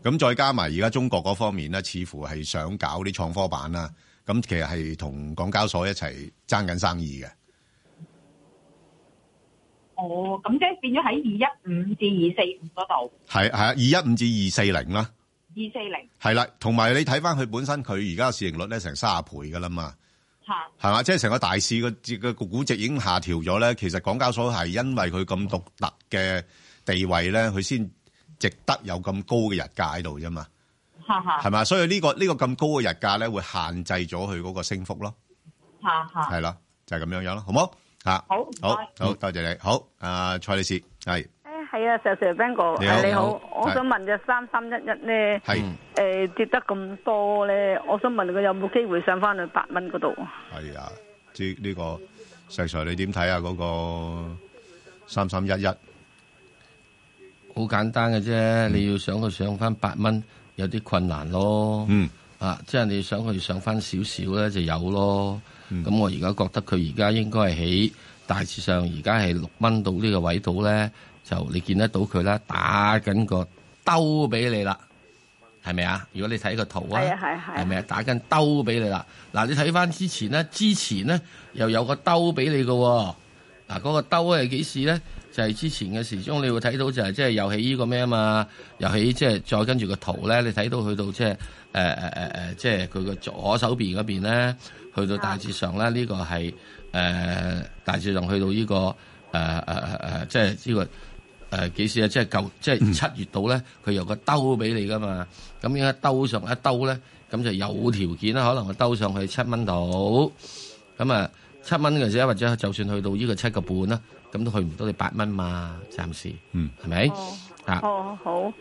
Speaker 2: 咁再加埋而家中國嗰方面咧，似乎係想搞啲創科板啦，咁其實係同港交所一齊爭緊生意嘅。
Speaker 3: 哦，咁即係變咗喺二一五至二四五嗰度，
Speaker 2: 係係啊，二一五至二四零啦。
Speaker 3: 二四零
Speaker 2: 係啦，同埋你睇翻佢本身，佢而家嘅市盈率咧成三十倍噶啦嘛，
Speaker 3: 嚇。
Speaker 2: 係嘛？即係成個大市個個估值已經下調咗咧。其實港交所係因為佢咁獨特嘅地位咧，佢先值得有咁高嘅日價喺度啫嘛，
Speaker 3: 嚇嚇
Speaker 2: 係嘛？所以呢個呢個咁高嘅日價咧，會限制咗佢嗰個升幅咯，
Speaker 3: 嚇嚇。
Speaker 2: 係啦，就係咁樣樣咯，好冇？嚇，
Speaker 3: 好唔該
Speaker 2: 好好，多謝你，好，阿蔡女士係
Speaker 10: 系啊，石 Sir Ben 哥，
Speaker 2: 你好
Speaker 10: 誒你
Speaker 2: 你
Speaker 10: 好
Speaker 2: 好，
Speaker 10: 我
Speaker 2: 係
Speaker 10: 想問只三三一一咧，
Speaker 2: 係
Speaker 10: 誒跌得咁多咧，我想問佢有冇機會上翻去八蚊嗰度？
Speaker 2: 係啊，呢呢個石 Sir 你點睇啊？嗰個三三一一。
Speaker 1: 好簡單嘅啫，你要想佢上翻八蚊，有啲困難咯。
Speaker 2: 嗯，
Speaker 1: 啊，即係你想佢上翻少少咧，就有咯。咁、我而家覺得佢而家應該係喺大致上而家係六蚊到呢個位度咧，就你見得到佢啦，打緊個兜俾你啦，係咪啊？如果你睇個圖啊，
Speaker 10: 係啊係啊係啊
Speaker 1: 係咪啊？打緊兜俾你啦。嗱，你睇翻之前咧，之前咧又有個兜俾你嘅喎。嗱，嗰個兜係幾時咧？就係、之前嘅時鐘，你會睇到就係即係又喺呢個咩啊嘛，又喺即係再跟住個圖咧，你睇到去到即係誒誒誒誒，即係佢個左手邊嗰邊咧，去到大致上咧，呢、個係誒、呃大致上去到呢、個誒誒誒誒，即係呢、個。誒幾時啊？即係舊，即係七月度咧，佢有個兜俾你噶嘛。咁應該兜上一兜咧，咁就有條件啦。可能我兜上去七蚊度，咁啊七蚊嘅啫，或者就算去到呢個七個半啦，咁都去唔到你八蚊嘛，暫時，
Speaker 2: 嗯，
Speaker 1: 係咪？啊，
Speaker 10: 哦，好，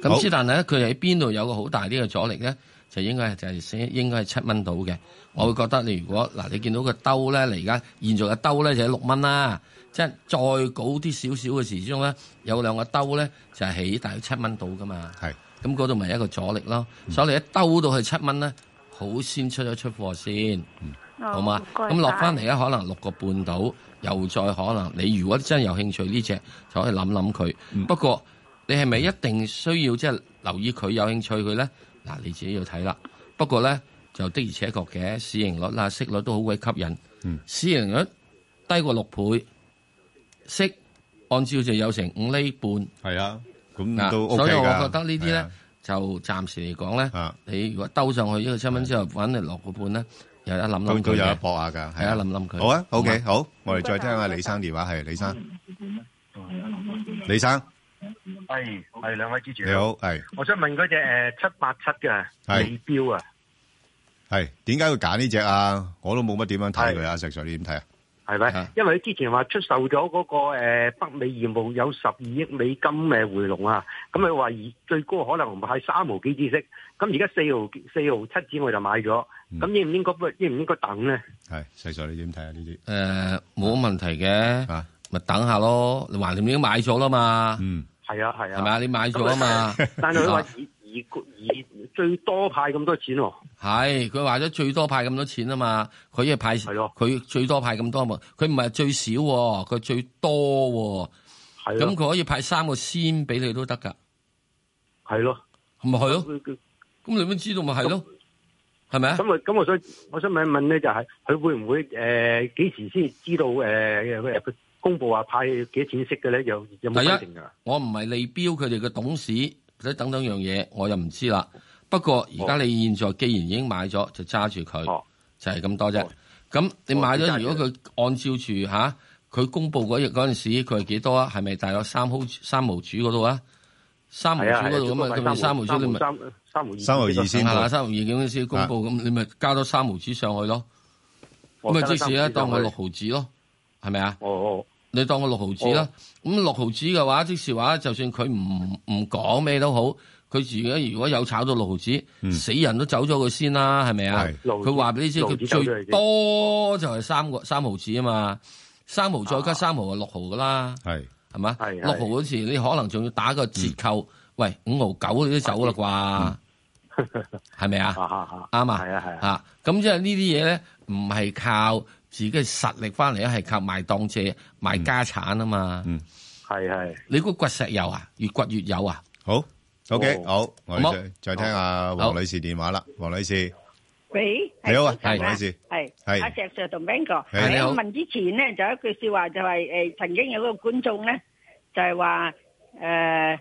Speaker 1: 咁之但係咧，佢喺邊度有個好大啲嘅阻力咧，就應該係就係先應該係七蚊到嘅。我會覺得你如果嗱，你見到個兜咧，你而家現在嘅兜咧就係六蚊啦，即係再高啲少少嘅時鐘咧，有兩個兜咧就係起大約七蚊到噶嘛。
Speaker 2: 係，嗯
Speaker 1: 咁嗰度咪一個阻力咯。所以你一兜到去七蚊咧，好先出咗出貨先。
Speaker 6: 哦
Speaker 1: 好嘛？咁落翻嚟咧，可能六個半到，又再可能你如果真係有興趣呢只，就可以諗諗佢。不過你係咪一定需要即係留意佢有興趣佢咧？嗱，你自己要睇啦。不過咧，就的而且確嘅市盈率啊啦、息率都好鬼吸引。市盈率低過六倍，息按照就有成五厘半。
Speaker 2: 係啊，咁
Speaker 1: 嗱
Speaker 2: 都 OK
Speaker 1: 所以我
Speaker 2: 㗎
Speaker 1: 覺得呢啲
Speaker 2: 係
Speaker 1: 咧
Speaker 2: 啊
Speaker 1: 就暫時嚟講咧，你如果兜上去呢個七蚊之後，揾嚟落個半咧，又一諗諗佢
Speaker 2: 咁都有
Speaker 1: 嘅
Speaker 2: 得搏下㗎，
Speaker 1: 係啊，諗諗佢。
Speaker 2: 好啊，OK，
Speaker 1: 嘛
Speaker 2: 好，我哋再聽下李生電話，係李生，李生
Speaker 13: 系系两位支持
Speaker 2: 你好，，係
Speaker 13: 我想问嗰只诶七八七嘅
Speaker 2: 係
Speaker 13: 地标啊，
Speaker 2: 係點解會揀呢只啊？我都冇乜點樣睇佢啊，石 Sir 你點睇啊？
Speaker 13: 系咪？因为佢之前话出售咗嗰個呃北美業務有十二億美金嘅回籠啊，咁佢話而最高可能係三毫幾知息，咁而家四毫四毫七子我就買咗，
Speaker 1: 嗯
Speaker 13: 咁應唔應該應唔應該等咧？
Speaker 2: 係石 Sir 你點睇啊？呢啲
Speaker 1: 誒呃冇問題嘅，咪等下咯。你橫掂已經買咗啦嘛，
Speaker 13: 係啊係啊，
Speaker 1: 嗯係咪啊？啊你買咗啊嘛，
Speaker 13: 但係佢話而而而最多派咁多錢喎，
Speaker 1: (laughs) 係佢話咗最多派咁多錢啊嘛，佢係派佢最多派咁多啊嘛，佢唔係最少喎，佢最多
Speaker 13: 喎，
Speaker 1: 係咁佢可以派三個先俾你都得㗎，
Speaker 13: 係咯，
Speaker 1: 咪係咯，
Speaker 13: 佢佢
Speaker 1: 咁你都知道咪係咯，係咪啊？
Speaker 13: 咁我咁我想我想問一問咧，就係、佢會唔會誒幾、時先知道誒誒佢公佈話派幾多錢息嘅咧？有有冇
Speaker 1: 第
Speaker 13: 規定
Speaker 1: 一
Speaker 13: 㗎？，
Speaker 1: 我唔係利標佢哋嘅董事，或者等等樣嘢，我又唔知啦。不過而家你現在既然已經買咗，就揸住佢，就係咁多啫。咁你買
Speaker 14: 哦
Speaker 1: 咗，如果佢按照住吓，佢佢公布嗰日嗰陣時，佢係幾多啊？係咪大約三毫三毫主嗰度啊？三毫主嗰度咁啊，咁你三毫主你咪
Speaker 13: 三三毫二
Speaker 1: 係啦，三毫二啊咁先公布，咁你咪加多三毫子上去咯。咁啊，即使咧當佢
Speaker 13: 哦加多三毫紙上去
Speaker 1: 六毫子咯，係咪啊？
Speaker 13: 哦，
Speaker 1: 你當佢六毫子啦
Speaker 13: 哦。
Speaker 1: 咁六毫子嘅話，即是話，就算佢唔唔講咩都好，佢自己如果有炒到六毫子，死人都走咗佢先啦，係咪啊？
Speaker 13: 六毫子
Speaker 1: 佢話俾你知，
Speaker 13: 嗯六毫
Speaker 1: 佢
Speaker 13: 子走咗佢
Speaker 1: 最
Speaker 13: 先
Speaker 1: 多就係三個三毫子啊嘛，三毫
Speaker 13: 啊
Speaker 1: 再加三毫係六毫噶啦。
Speaker 2: 係
Speaker 1: 係嗯嘛？
Speaker 2: 係
Speaker 1: 六毫嗰時你可能仲要打個折扣，喂五毫九你都走啦啩？ (laughs) 係咪嗯啊？啱啊！係啊係啊！咁即係呢啲嘢咧，唔係靠自己嘅實力翻嚟，啊係靠賣當借、賣家產啊嘛。嗯，
Speaker 13: 係係。
Speaker 1: 你估掘石油啊？越掘越有啊？
Speaker 2: 好，OK，
Speaker 1: 好
Speaker 2: 好，我
Speaker 1: 好冇
Speaker 2: 哋再再聽下
Speaker 1: 好
Speaker 2: 黃女士電話啦，黃女士，
Speaker 14: 喂，
Speaker 2: 你好啊
Speaker 14: 係
Speaker 2: 係唔好意思
Speaker 14: 係
Speaker 2: 係
Speaker 14: 阿石 Sir 同 Ben 哥，
Speaker 2: 係你
Speaker 14: 喺
Speaker 2: 好
Speaker 14: 我問之前咧，就有一句説話就係、誒、曾經有個觀眾咧就係話 ờ, 誒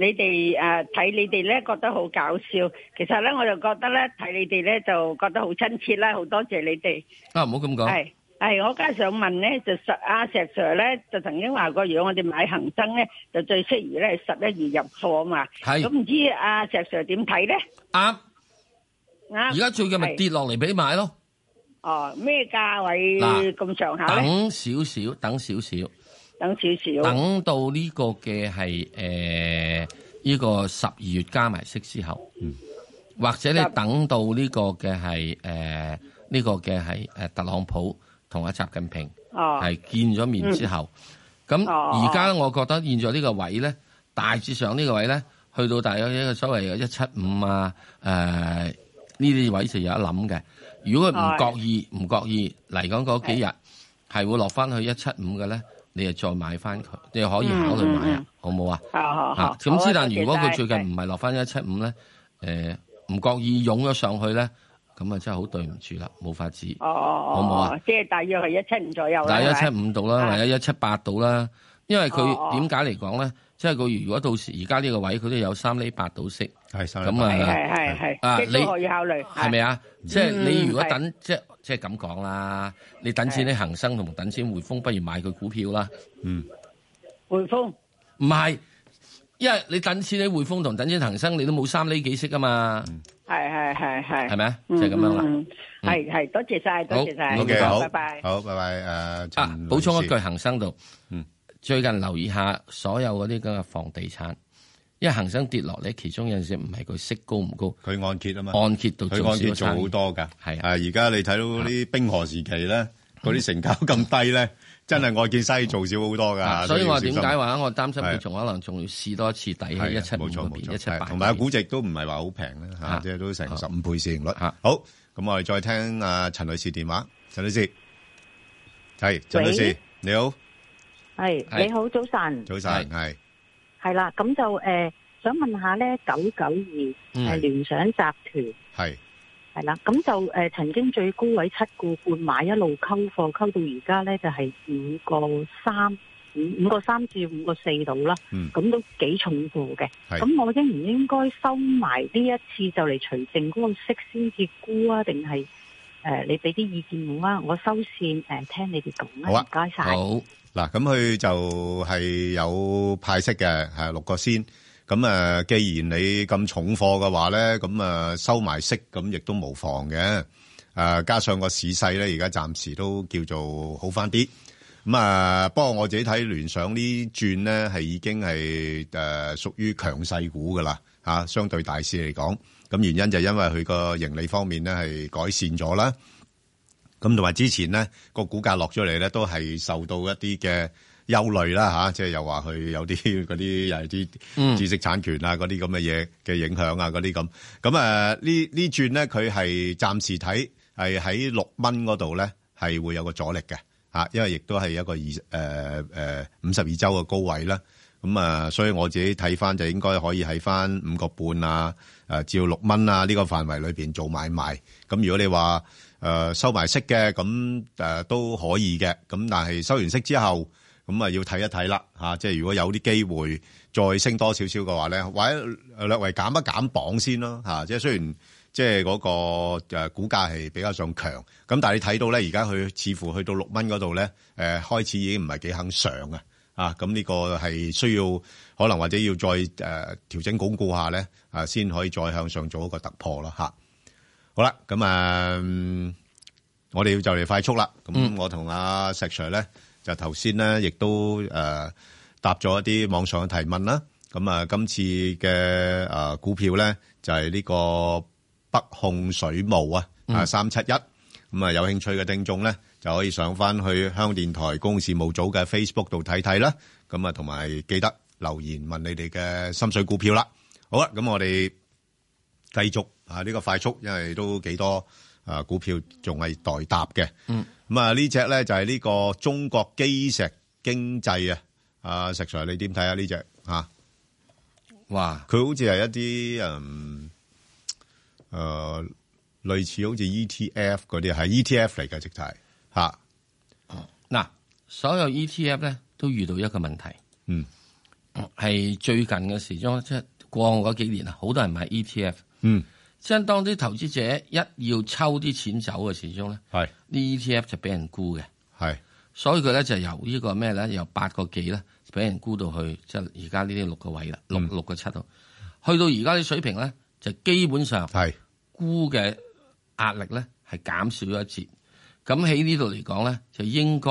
Speaker 14: 你哋誒睇你哋咧覺得好搞笑，其實咧我就覺得咧睇你哋咧就覺得好親切啦，好多謝你哋。
Speaker 1: 啊，唔好咁講。
Speaker 14: 係係，我家想問咧，就實阿石 à, Sir 咧就曾經話過，如果我哋買恒生咧，就最適宜咧十一月入貨嘛。
Speaker 1: 係
Speaker 14: 咁唔知阿石 à, Sir 點睇咧？
Speaker 1: 啱。
Speaker 14: 啱。
Speaker 1: 而家最近咪
Speaker 14: 係
Speaker 1: 跌落嚟俾買咯。
Speaker 14: 哦，咩價位
Speaker 1: 嗱
Speaker 14: 咁上下咧？
Speaker 1: 等少少，等少少，
Speaker 14: 等少少。
Speaker 1: 等到呢個嘅係誒呢個十二月加埋息之後，或者你等到呢個嘅係誒呢個嘅係誒特朗普同阿習近平
Speaker 14: 哦
Speaker 1: 係見咗面之後，咁
Speaker 14: 哦
Speaker 1: 而家咧，我覺得現在呢個位咧，大致上呢個位咧，去到大約一個所謂嘅一七五啊誒呢啲位就有得諗嘅。如果佢唔覺意唔覺意嚟講嗰幾日係會落翻去一七五嘅咧，你就再買翻佢，你可以考慮買
Speaker 14: 嗯嗯
Speaker 1: 啊
Speaker 14: 嗯，
Speaker 1: 好冇啊？
Speaker 14: 好好
Speaker 1: 嚇
Speaker 14: 好。
Speaker 1: 咁之但
Speaker 14: 好啊
Speaker 1: 如果佢最
Speaker 14: 多謝晒
Speaker 1: 近唔係落翻一七五咧，誒唔覺意湧咗上去咧，咁啊真係好對唔住啦，冇法子，
Speaker 14: 哦哦
Speaker 1: 好
Speaker 14: 哦
Speaker 1: 冇啊
Speaker 14: 哦，即係大約係一七五左右啦。
Speaker 1: 大一七
Speaker 14: 係咪
Speaker 1: 五度啦，或者一七八度啦，因為
Speaker 14: 哦
Speaker 1: 佢點解嚟講咧？即係佢如果到時而家呢個位，佢都有三厘八度息，
Speaker 2: 係三
Speaker 1: 咁
Speaker 14: 係係
Speaker 1: 啊，
Speaker 14: 係
Speaker 1: 啊
Speaker 14: 係，即係都可
Speaker 1: 你
Speaker 14: 以考慮。
Speaker 1: 係咪啊？
Speaker 14: 嗯
Speaker 1: 即係你如果
Speaker 14: 係
Speaker 1: 等即即係咁講啦，你等錢你恒生同等錢匯豐，不如買佢股票啦。嗯，
Speaker 14: 匯豐
Speaker 1: 唔係，因為你等錢你匯豐同等錢恒生，你都冇三厘幾息啊嘛，
Speaker 14: 係係係係。
Speaker 1: 係咪啊？就
Speaker 14: 嗯？
Speaker 1: 係咁樣啦。
Speaker 14: 嗯嗯係係，多謝晒，多謝晒，
Speaker 1: 好
Speaker 14: 好
Speaker 1: 好
Speaker 14: 拜拜。
Speaker 2: 好，拜拜，誒，
Speaker 1: 啊，補充一句，恒生度，最近留意下所有嗰啲咁嘅房地產，因為恒生跌落嚟，其中有陣時唔係佢息高唔高，
Speaker 2: 佢按揭啊嘛，
Speaker 1: 按揭度
Speaker 2: 佢按揭
Speaker 1: 少
Speaker 2: 做
Speaker 1: 咗生意
Speaker 2: 好多㗎，
Speaker 1: 係
Speaker 2: 啊，而家你睇到嗰啲冰河時期咧，嗰啲成交咁低咧，真係按揭生意做少好多
Speaker 1: 啊
Speaker 2: 㗎，
Speaker 1: 所以
Speaker 2: 要
Speaker 1: 我
Speaker 2: 小心
Speaker 1: 點解話我擔心
Speaker 2: 係
Speaker 1: 佢仲可能仲要試多一次底喺一七五
Speaker 2: 冇錯
Speaker 1: 嗰
Speaker 2: 冇
Speaker 1: 邊，
Speaker 2: 錯
Speaker 1: 一七八，
Speaker 2: 同埋估值都唔係話好平啦嚇，即係都成十五倍市盈率。好，咁我哋再聽啊陳女士電話，陳女士係陳女士
Speaker 15: 喂
Speaker 2: 你好，
Speaker 15: 系
Speaker 2: 係
Speaker 15: 你好，早晨，
Speaker 2: 早晨係
Speaker 15: 系啦，咁就诶、呃想問下咧，九九二
Speaker 2: 嗯
Speaker 15: 系聯想集團係
Speaker 2: 係
Speaker 15: 啦，咁就诶、呃曾經最高位七個半買，一路溝貨，溝到而家咧就係五個三，五五個三至五個四度啦，
Speaker 2: 嗯
Speaker 15: 咁、都幾重貨嘅。
Speaker 2: 係
Speaker 15: 咁我應唔應該收埋呢一次就嚟除淨嗰個息先至沽啊？定係诶你俾啲意見我啊？我收線诶、呃、聽你哋講
Speaker 2: 好啊
Speaker 15: 啊，唔該晒。
Speaker 2: 嗱，咁佢就係有派息嘅，係六個先。咁啊，既然你咁重貨嘅話咧，咁啊收埋息，咁亦都無妨嘅。誒，加上個市勢咧，而家暫時都叫做好翻啲。咁啊，不過我自己睇聯想呢轉咧，係已經係誒屬於強勢股噶啦，嚇，相對大市嚟講。咁原因就因為佢個盈利方面咧係改善咗啦。咁同埋之前咧個股價落咗嚟咧，都係受到一啲嘅憂慮啦吓，即係又話佢有啲 (laughs) 嗰啲又係啲
Speaker 16: 嗯
Speaker 2: 知識產權啊嗰啲咁嘅嘢嘅影響啊嗰啲咁。咁誒呃呢呢轉咧，佢係暫時睇係喺六蚊嗰度咧係會有個阻力嘅吓，因為亦都係一個二誒誒五十二周嘅高位啦。咁啊，所以我自己睇翻就應該可以喺翻五個半啊，誒至到六蚊啊呢個範圍裏邊做買賣。咁如果你話誒、呃收埋息嘅，咁誒、呃都可以嘅。咁但係收完息之後，咁啊要睇一睇啦嚇。即係如果有啲機會再升多少少嘅話咧，或者略為減一減磅先咯嚇、即係雖然誒、即係嗰個誒股價係比較上強。咁但係你睇到咧，而家佢似乎去到六蚊嗰度咧，誒、開始已經唔係幾肯上啊。啊，咁呢個係需要可能或者要再誒、呃、調整鞏固下咧，啊先可以再向上做一個突破咯嚇。好啦，咁啊、嗯我哋要就嚟快速啦。咁
Speaker 16: 嗯
Speaker 2: 我同阿石 Sir 咧，就頭先咧亦都誒、呃答咗一啲網上嘅提問啦。咁啊，今次嘅誒、呃股票咧就係、呢個北控水務啊，啊
Speaker 17: 嗯
Speaker 2: 三七一。咁啊，有興趣嘅聽眾咧就可以上翻去香港電台公共事務組嘅 Facebook 度睇睇啦。咁啊，同埋記得留言問你哋嘅心水股票啦。好啦，咁我哋。繼續啊呢個快速，因為都幾多啊股票仲係待答嘅。
Speaker 1: 嗯，
Speaker 2: 咁啊呢只咧就係呢個中國基石經濟啊。啊石 Sir 你點睇啊呢只吓？
Speaker 1: 哇！
Speaker 2: 佢好似係一啲嗯誒類似好似 ETF 嗰啲係 ETF 嚟嘅直頭係吓。
Speaker 1: 嗱，所有 E ETF 咧都遇到一個問題，
Speaker 2: 嗯，
Speaker 1: 係最近嘅時鐘，即係過往嗰幾年啊，好多人買 ETF，
Speaker 2: 嗯，
Speaker 1: 即係當啲投資者一要抽啲錢走嘅時鐘咧，
Speaker 2: 係
Speaker 1: 啲 ETF 就俾人沽嘅，
Speaker 2: 係，
Speaker 1: 所以佢咧就由呢個咩咧，由八個幾咧，俾人沽到去即係而家呢啲六個位啦，
Speaker 2: 嗯
Speaker 1: 六六個七度，去到而家啲水平咧，就基本上
Speaker 2: 係
Speaker 1: 沽嘅壓力咧係減少咗一截。咁喺呢度嚟講咧，就應該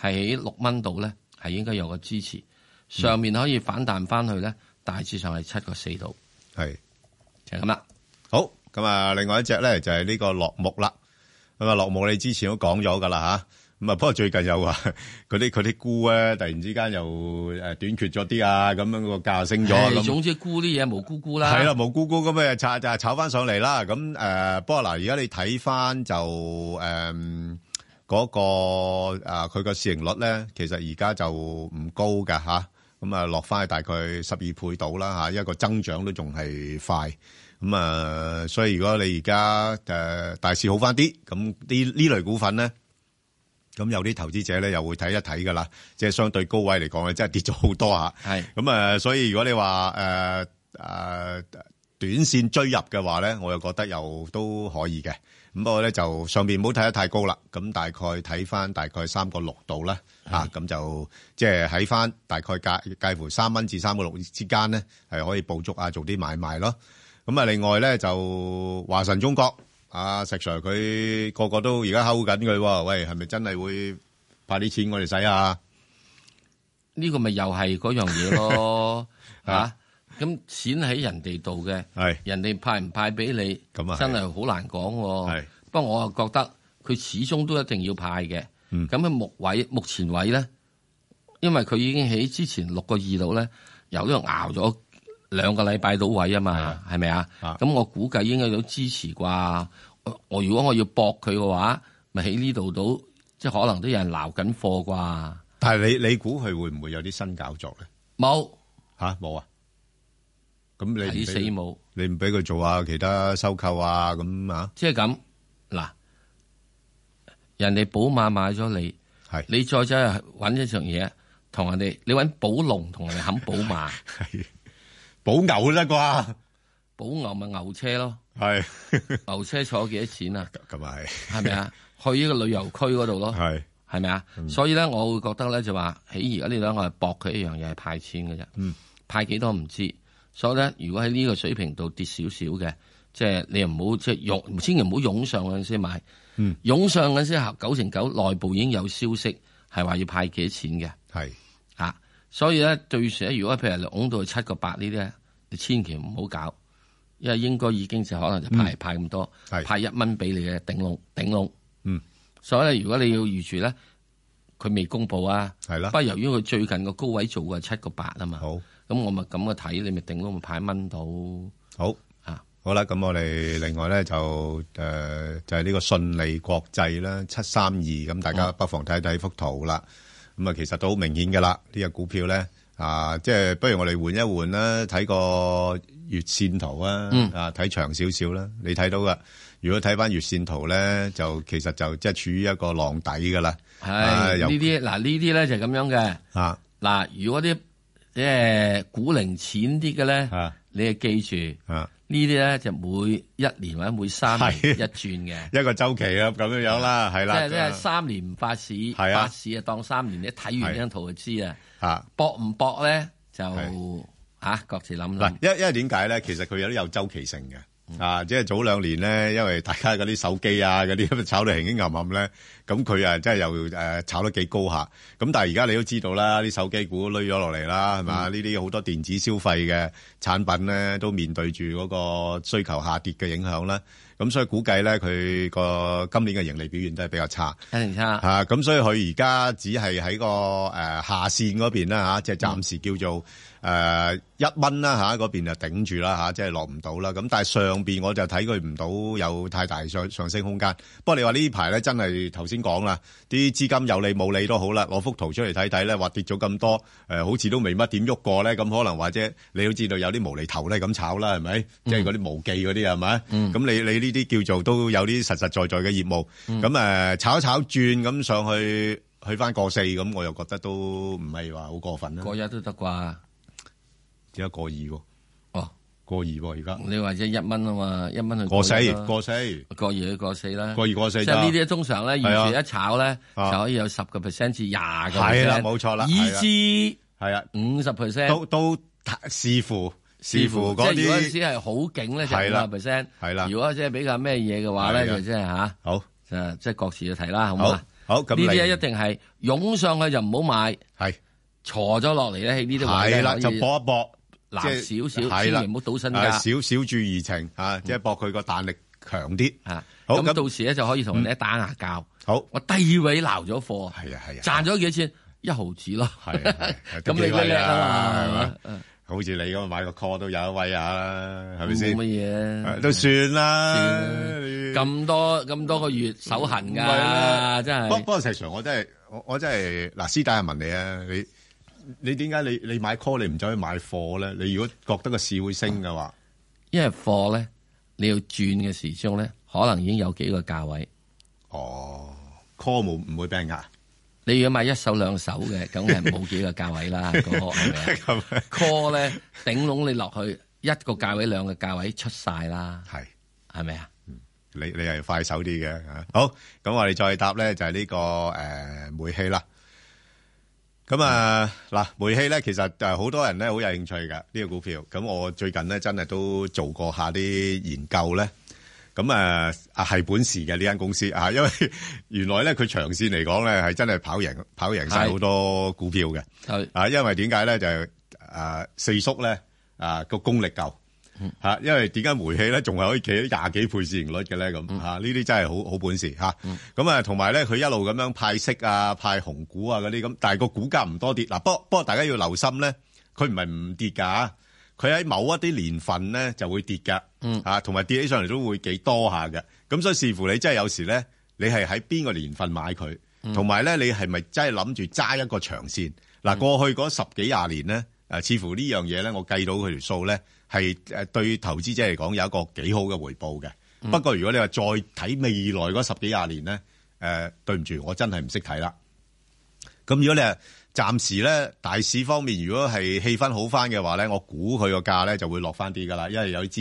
Speaker 1: 喺六蚊度咧係應該有個支
Speaker 2: 嗯
Speaker 1: 持，上面可以反彈翻去咧，大致上係七個四度。
Speaker 2: 係
Speaker 1: 就係咁
Speaker 2: 啊
Speaker 1: 啦。
Speaker 2: 好，咁啊，另外一隻咧就係呢個落木啦。咁啊，落木你之前都講咗噶啦吓，咁啊，不過最近又話 (laughs) 嗰啲佢啲菇咧，突然之間又誒短缺咗啲啊，咁樣個價升咗，
Speaker 1: 唉
Speaker 2: 咁啊
Speaker 1: 總之沽啲嘢無辜沽啦。
Speaker 2: 係啦，無辜辜咁啊，炒就炒翻上嚟啦。咁誒、呃不過嗱，而家你睇翻就誒嗰、個呃佢個市盈率咧，其實而家就唔高㗎吓。咁啊，落翻去大概十二倍到啦嚇，因為個增長都仲係快。咁啊、呃所以如果你而家誒大市好翻啲，咁呢呢類股份咧。咁有啲投資者咧又會睇一睇噶啦，即係相對高位嚟講咧，真係跌咗好多嚇。
Speaker 1: 係
Speaker 2: 咁啊，所以如果你話誒誒短線追入嘅話咧，我又覺得又都可以嘅。咁不過咧就上邊唔好睇得太高啦，咁大概睇翻大概三個六度啦，
Speaker 1: 嗯
Speaker 2: 啊咁就即係喺翻大概介介乎三蚊至三個六之間咧，係可以捕捉啊做啲買賣咯。咁啊，另外咧就華晨中國啊，石 Sir 佢個個都而家睺緊佢喎，喂，係咪真係會派啲錢我哋使啊？
Speaker 1: 呢個咪又係嗰樣
Speaker 2: (laughs)
Speaker 1: 嘢咯，
Speaker 2: 係
Speaker 1: 嚇！咁錢喺人哋度嘅，人哋派唔派俾你，
Speaker 2: 咁啊係
Speaker 1: 真係好難講喎。不過我又覺得佢始終都一定要派嘅。
Speaker 2: 嗯
Speaker 1: 咁喺目位目前位咧，因為佢已經喺之前六個二度咧，由呢度熬咗兩個禮拜到位啊嘛，係咪啊？咁我估計應該有支持啩。我我如果我要搏佢嘅話，咪喺呢度到，即係可能都有人鬧緊貨啩。
Speaker 2: 但係你你估佢會唔會有啲新搞作咧？
Speaker 1: 冇
Speaker 2: 吓冇啊？咁你唔俾
Speaker 1: 睇死冇，
Speaker 2: 你唔俾佢做下其他收購啊？咁啊？
Speaker 1: 即係咁嗱，人哋寶馬買咗你，
Speaker 2: 係
Speaker 1: 你再走去揾一樣嘢，同人哋你揾寶龍同人哋冚寶馬，
Speaker 2: 寶牛啦啩，
Speaker 1: 寶牛咪牛車咯，
Speaker 2: 係
Speaker 1: 牛車坐幾多錢啊？
Speaker 2: 咁啊
Speaker 1: 係，係咪啊？去呢個旅遊區嗰度咯，
Speaker 2: 係
Speaker 1: 係咪啊？
Speaker 2: 嗯
Speaker 1: 所以咧，我會覺得咧就話喺而家呢兩個係搏佢一樣嘢係派錢嘅啫，
Speaker 2: 嗯
Speaker 1: 派幾多唔知，所以咧如果喺呢個水平度跌少少嘅，即係你又唔好即係湧，千祈唔好湧上嗰陣先買。
Speaker 2: 嗯
Speaker 1: 湧上嗰陣時，九成九內部已經有消息係話要派幾多錢嘅，
Speaker 2: 係
Speaker 1: 啊，所以咧對時咧，如果譬如你拱到去七個八呢啲咧，你千祈唔好搞，因為應該已經就可能就派派咁多，派一蚊俾你嘅頂籠頂籠，
Speaker 2: 嗯，
Speaker 1: 所以咧如果你要預住咧，佢未公布啊，
Speaker 2: 係啦
Speaker 1: 不過由於佢最近個高位做嘅七個八啊嘛，
Speaker 2: 好，
Speaker 1: 咁我咪咁嘅睇，你咪頂籠咪派一蚊到，
Speaker 2: 好
Speaker 1: 啊，
Speaker 2: 好啦，咁我哋另外咧就誒、呃就係、呢個順利國際啦，七三二咁，大
Speaker 1: 哦
Speaker 2: 家不妨睇睇幅圖啦。咁啊，其實都好明顯噶啦，呢、只股票咧啊，即係不如我哋換一換啦，睇個月線圖啊，
Speaker 17: 嗯
Speaker 2: 啊睇長少少啦，你睇到噶。如果睇翻月線圖咧，就其實就即係處於一個浪底噶啦。
Speaker 1: 係呢
Speaker 2: 有
Speaker 1: (laughs) 啲嗱呢啲咧就係咁樣嘅。
Speaker 2: 啊，
Speaker 1: 嗱，如果啲即係古靈淺啲嘅
Speaker 2: 啊
Speaker 1: 咧，你係記住
Speaker 2: 呢
Speaker 1: 啲咧就每一年或者每三年
Speaker 2: 係
Speaker 1: 一轉嘅。
Speaker 2: 一個周期啊，咁樣樣啦， (laughs) 係啦，啊
Speaker 1: 即係咧三年唔發市，
Speaker 2: 係啊
Speaker 1: 發市啊當三年，你一睇完呢張圖就知啊。
Speaker 2: 嚇
Speaker 1: 搏唔搏咧就嚇各自諗
Speaker 2: 嗱
Speaker 1: 諗，。
Speaker 2: 因因為點解咧？其實佢有啲有周期性嘅。啊，即係早兩年咧，因為大家嗰啲手機啊，嗰啲炒到輕輕暗暗咧，咁佢啊真係又誒炒得幾高下。咁但係而家你都知道啦，啲手機股累咗落嚟啦，係嘛？
Speaker 1: 嗯
Speaker 2: 呢啲好多電子消費嘅產品咧，都面對住嗰個需求下跌嘅影響啦。咁所以估計咧，佢個今年嘅盈利表現都係比較差。
Speaker 1: 一定差。
Speaker 2: 啊，咁所以佢而家只係喺個誒下線嗰邊啦嚇，即係暫時叫做誒一蚊啦嚇，嗰邊就頂住啦嚇，即係落唔到啦。咁但係上邊我就睇佢唔到有太大上上升空間。不過你話呢排咧真係頭先講啦，啲資金有理冇理都好啦，攞幅圖出嚟睇睇咧，話跌咗咁多，誒、好似都未乜點喐過咧，咁可能或者你都知道有啲無厘頭咧咁炒啦，係咪？即係嗰啲無記嗰啲係咪？咁、你你呢啲叫做都有啲實實在在嘅業務，咁誒、
Speaker 1: 嗯
Speaker 2: 呃炒一炒轉咁上去去翻個四咁，我又覺得都唔係話好過分啦。
Speaker 1: 過一都得啩？
Speaker 2: 而家過二喎，
Speaker 1: 哦，
Speaker 2: 過二喎而家。
Speaker 1: 你話即係一蚊啊嘛，一蚊去
Speaker 2: 過
Speaker 1: 一
Speaker 2: 四
Speaker 1: 啦
Speaker 2: 過四
Speaker 1: 過二去過四啦，
Speaker 2: 過二過四
Speaker 1: 即係呢
Speaker 2: 得
Speaker 1: 啲通常咧，
Speaker 2: 係啊
Speaker 1: 完全一炒咧
Speaker 2: 啊
Speaker 1: 就可以有十個 percent 至廿個 percent，
Speaker 2: 係啦冇錯啦係啦
Speaker 1: 以至
Speaker 2: 係啊
Speaker 1: 五十 percent
Speaker 2: 都都視乎視乎嗰
Speaker 1: 即係如果嗰陣
Speaker 2: 啲
Speaker 1: 時係好勁咧，就
Speaker 2: 係啦
Speaker 1: 五十 percent。
Speaker 2: 係啦
Speaker 1: 如果即係比較咩嘢嘅話咧，
Speaker 2: 係啊
Speaker 1: 就即係吓，
Speaker 2: 好
Speaker 1: 就即係各自去睇啦，好
Speaker 2: 好
Speaker 1: 嘛？
Speaker 2: 好咁
Speaker 1: 呢啲
Speaker 2: 嚟
Speaker 1: 咧一定係湧上去就唔好買，
Speaker 2: 係
Speaker 1: 挫咗落嚟咧喺呢啲位
Speaker 2: 係
Speaker 1: 咧
Speaker 2: 啦，
Speaker 1: 可以
Speaker 2: 就搏一搏，
Speaker 1: 攬
Speaker 2: 即係
Speaker 1: 少少
Speaker 2: 係啦
Speaker 1: 千祈唔好賭身家
Speaker 2: 啊少少注怡情啊，即係搏佢個彈力強啲
Speaker 1: 啊。
Speaker 2: 好
Speaker 1: 咁到時咧就可以同人哋打牙教。
Speaker 2: 好，
Speaker 1: 我低位鬧咗貨，
Speaker 2: 係啊係啊，
Speaker 1: 賺咗幾多錢？一毫子
Speaker 2: (laughs)
Speaker 1: 咯。 (laughs)
Speaker 2: 係啊係啊
Speaker 1: 咁你叻叻啊嘛，係嘛？
Speaker 2: 係嘛？好似你咁買個 call 都有一位啊，係咪
Speaker 1: 冇
Speaker 2: 先？
Speaker 1: 乜
Speaker 2: 嘢，都算啦。
Speaker 1: 咁多咁多個月手痕
Speaker 2: 唔係啦
Speaker 1: 㗎，真
Speaker 2: 不
Speaker 1: 係
Speaker 2: 不。過石 Sir，我真係我我真係嗱，師弟係問你啊，你你點解你你買 call 你唔走去買貨咧？你如果覺得個市會升嘅話，
Speaker 1: 因為貨咧，你要轉嘅時鐘咧，可能已經有幾個價位。
Speaker 2: 哦，call 冇唔會俾人呃。
Speaker 1: 你如果買一手兩手嘅，梗係冇幾個價
Speaker 2: (laughs)
Speaker 1: 位啦，個 call 係咪
Speaker 2: 啊
Speaker 1: ？call 咧頂籠你落去一個價位兩個價位出晒啦，
Speaker 2: 係
Speaker 1: 係咪啊？
Speaker 2: 你你係快手啲嘅嚇。好，咁我哋再答咧就係呢、個誒、煤氣啦。咁啊嗱，煤氣咧其實誒好多人咧好有興趣㗎呢、個股票。咁我最近咧真係都做過下啲研究咧。咁誒啊係本事嘅呢間公司啊，因為原來咧佢長線嚟講咧係真係跑贏跑贏晒
Speaker 1: 係
Speaker 2: 好多股票嘅。啊，因為點解咧就係誒四叔咧啊個功力夠。吓，因為點解煤氣咧仲係可以企喺廿幾倍市盈率嘅咧？咁吓呢啲真係好好本事吓。咁啊，同埋咧佢一路咁樣派息啊、派紅股啊嗰啲咁，但係個股價唔多跌。嗱，不過不過大家要留心咧，佢唔係唔跌㗎，佢喺某一啲年份咧就會跌㗎。
Speaker 1: 嗯
Speaker 2: 吓，同埋跌起上嚟都會幾多下嘅。咁所以視乎你真係有時咧，你係喺邊個年份買佢，同埋咧你係咪真係諗住揸一個長線？嗱，過去嗰十幾廿年咧，誒似乎呢樣嘢咧，我計到佢條數咧，係誒對投資者嚟講有一個幾好嘅回報嘅。
Speaker 1: 嗯
Speaker 2: 不過如果你話再睇未來嗰十幾廿年咧，誒、對唔住，我真係唔識睇啦。咁如果你係暫時咧大市方面，如果係氣氛好翻嘅話咧，我估佢個價咧就會落翻啲噶啦，因為有啲資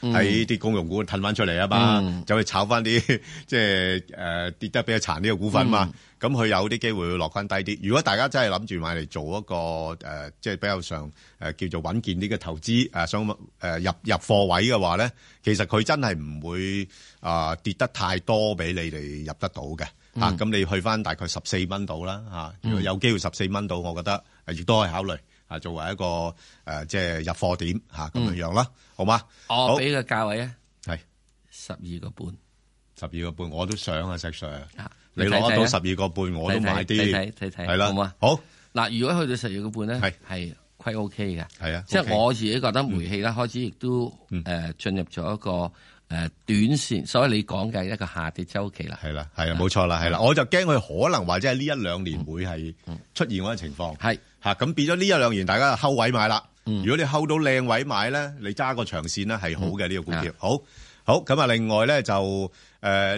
Speaker 2: 金喺啲公用股褪翻出嚟啊嘛
Speaker 1: 嗯，
Speaker 2: 走去炒翻啲 (laughs) 即係誒跌得比較殘啲嘅股份嘛
Speaker 1: 嗯，
Speaker 2: 咁佢有啲機會會落翻低啲。如果大家真係諗住買嚟做一個誒，即係比較上誒叫做穩健啲嘅投資誒，想誒入入貨位嘅話咧，其實佢真係唔會啊跌得太多俾你哋入得到嘅。
Speaker 1: 嗯
Speaker 2: 啊，咁你去翻大概十四蚊到啦，啊，如果
Speaker 1: 嗯
Speaker 2: 有機會十四蚊到，我覺得啊亦都可以考慮啊，作為一個誒、呃即係入貨點嚇咁、
Speaker 1: 嗯
Speaker 2: 樣樣啦，好嘛？
Speaker 1: 我俾個價位啊，
Speaker 2: 係
Speaker 1: 十二個半，
Speaker 2: 十二個半，我都想啊，石 Sir，你
Speaker 1: 你睇
Speaker 2: 攞得
Speaker 1: 睇
Speaker 2: 到
Speaker 1: 啊
Speaker 2: 十二個半，我都
Speaker 1: 睇睇
Speaker 2: 買啲，
Speaker 1: 睇睇睇睇
Speaker 2: 係啦，
Speaker 1: 好嘛
Speaker 2: 好
Speaker 1: 嗱，如果去到十二個半咧，係係虧 OK 嘅，
Speaker 2: 係啊
Speaker 1: 即係
Speaker 2: OK 嗯
Speaker 1: 我自己覺得煤氣咧開始亦都誒進入咗一個誒短線，所以你講嘅一個下跌周期啦，
Speaker 2: 係啦，係啊，冇錯啦，係啦，我就驚佢可能或者係呢一兩年會係出現嗰種情況，
Speaker 1: 係
Speaker 2: 嚇咁變咗呢一兩年大家就睺位買啦。如果你睺到靚位買咧，你揸個長線咧係好嘅呢個股票。好，好咁啊，另外咧就誒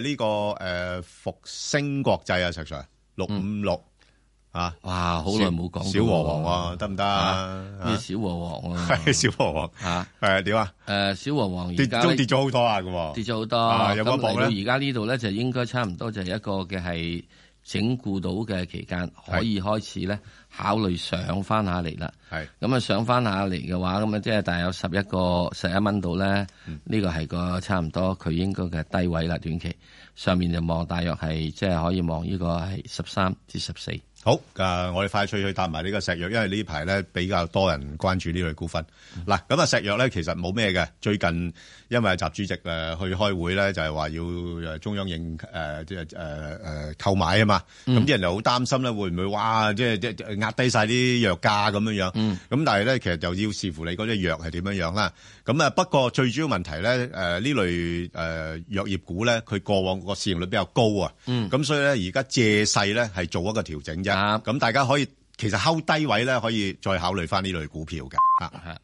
Speaker 2: 呢個誒復星國際啊，石 Sir 六五六啊！
Speaker 1: 哇，好耐冇講
Speaker 2: 小
Speaker 1: 過
Speaker 2: 和王喎，得唔得啊？
Speaker 1: 呢小和王啊，
Speaker 2: 係 (laughs) 小和王
Speaker 1: 啊，
Speaker 2: 係點啊？
Speaker 1: 誒，小和王
Speaker 2: 跌
Speaker 1: 而家
Speaker 2: 都跌咗好多下嘅喎，
Speaker 1: 跌咗好多，
Speaker 2: 啊有冇
Speaker 1: 咁
Speaker 2: 一搏
Speaker 1: 嚟到而
Speaker 2: 咧？
Speaker 1: 家呢度咧，就應該差唔多就係一個嘅係整固到嘅期間，可以開始咧考慮上翻下嚟啦。
Speaker 2: 係
Speaker 1: 咁啊，上翻下嚟嘅話，咁啊即係大約十一個十一蚊度咧，
Speaker 2: 嗯
Speaker 1: 呢個係個差唔多佢應該嘅低位啦，短期上面就望大約係即係可以望呢個係十三至十四。
Speaker 2: 好，誒，我哋快脆去答埋呢個石藥，因為呢排咧比較多人關注呢類股份。嗱，咁啊石藥咧其實冇咩嘅，最近因為習主席誒呃去開會咧，就係話要誒中央認誒即係呃誒誒購買啊嘛，咁
Speaker 16: 嗯
Speaker 2: 啲人就好擔心咧，會唔會哇即係即係壓低晒啲藥價咁樣樣。咁但係咧，其實就要視乎你嗰隻藥係點樣樣啦。咁啊，不過最主要問題咧，誒呢類誒藥業股咧，佢過往個市盈率比較高啊。
Speaker 1: 嗯
Speaker 2: 咁所以咧，而家借勢咧係做一個調整啫。咁大家可以其實睺低位咧，可以再考慮翻呢類股票嘅。啊，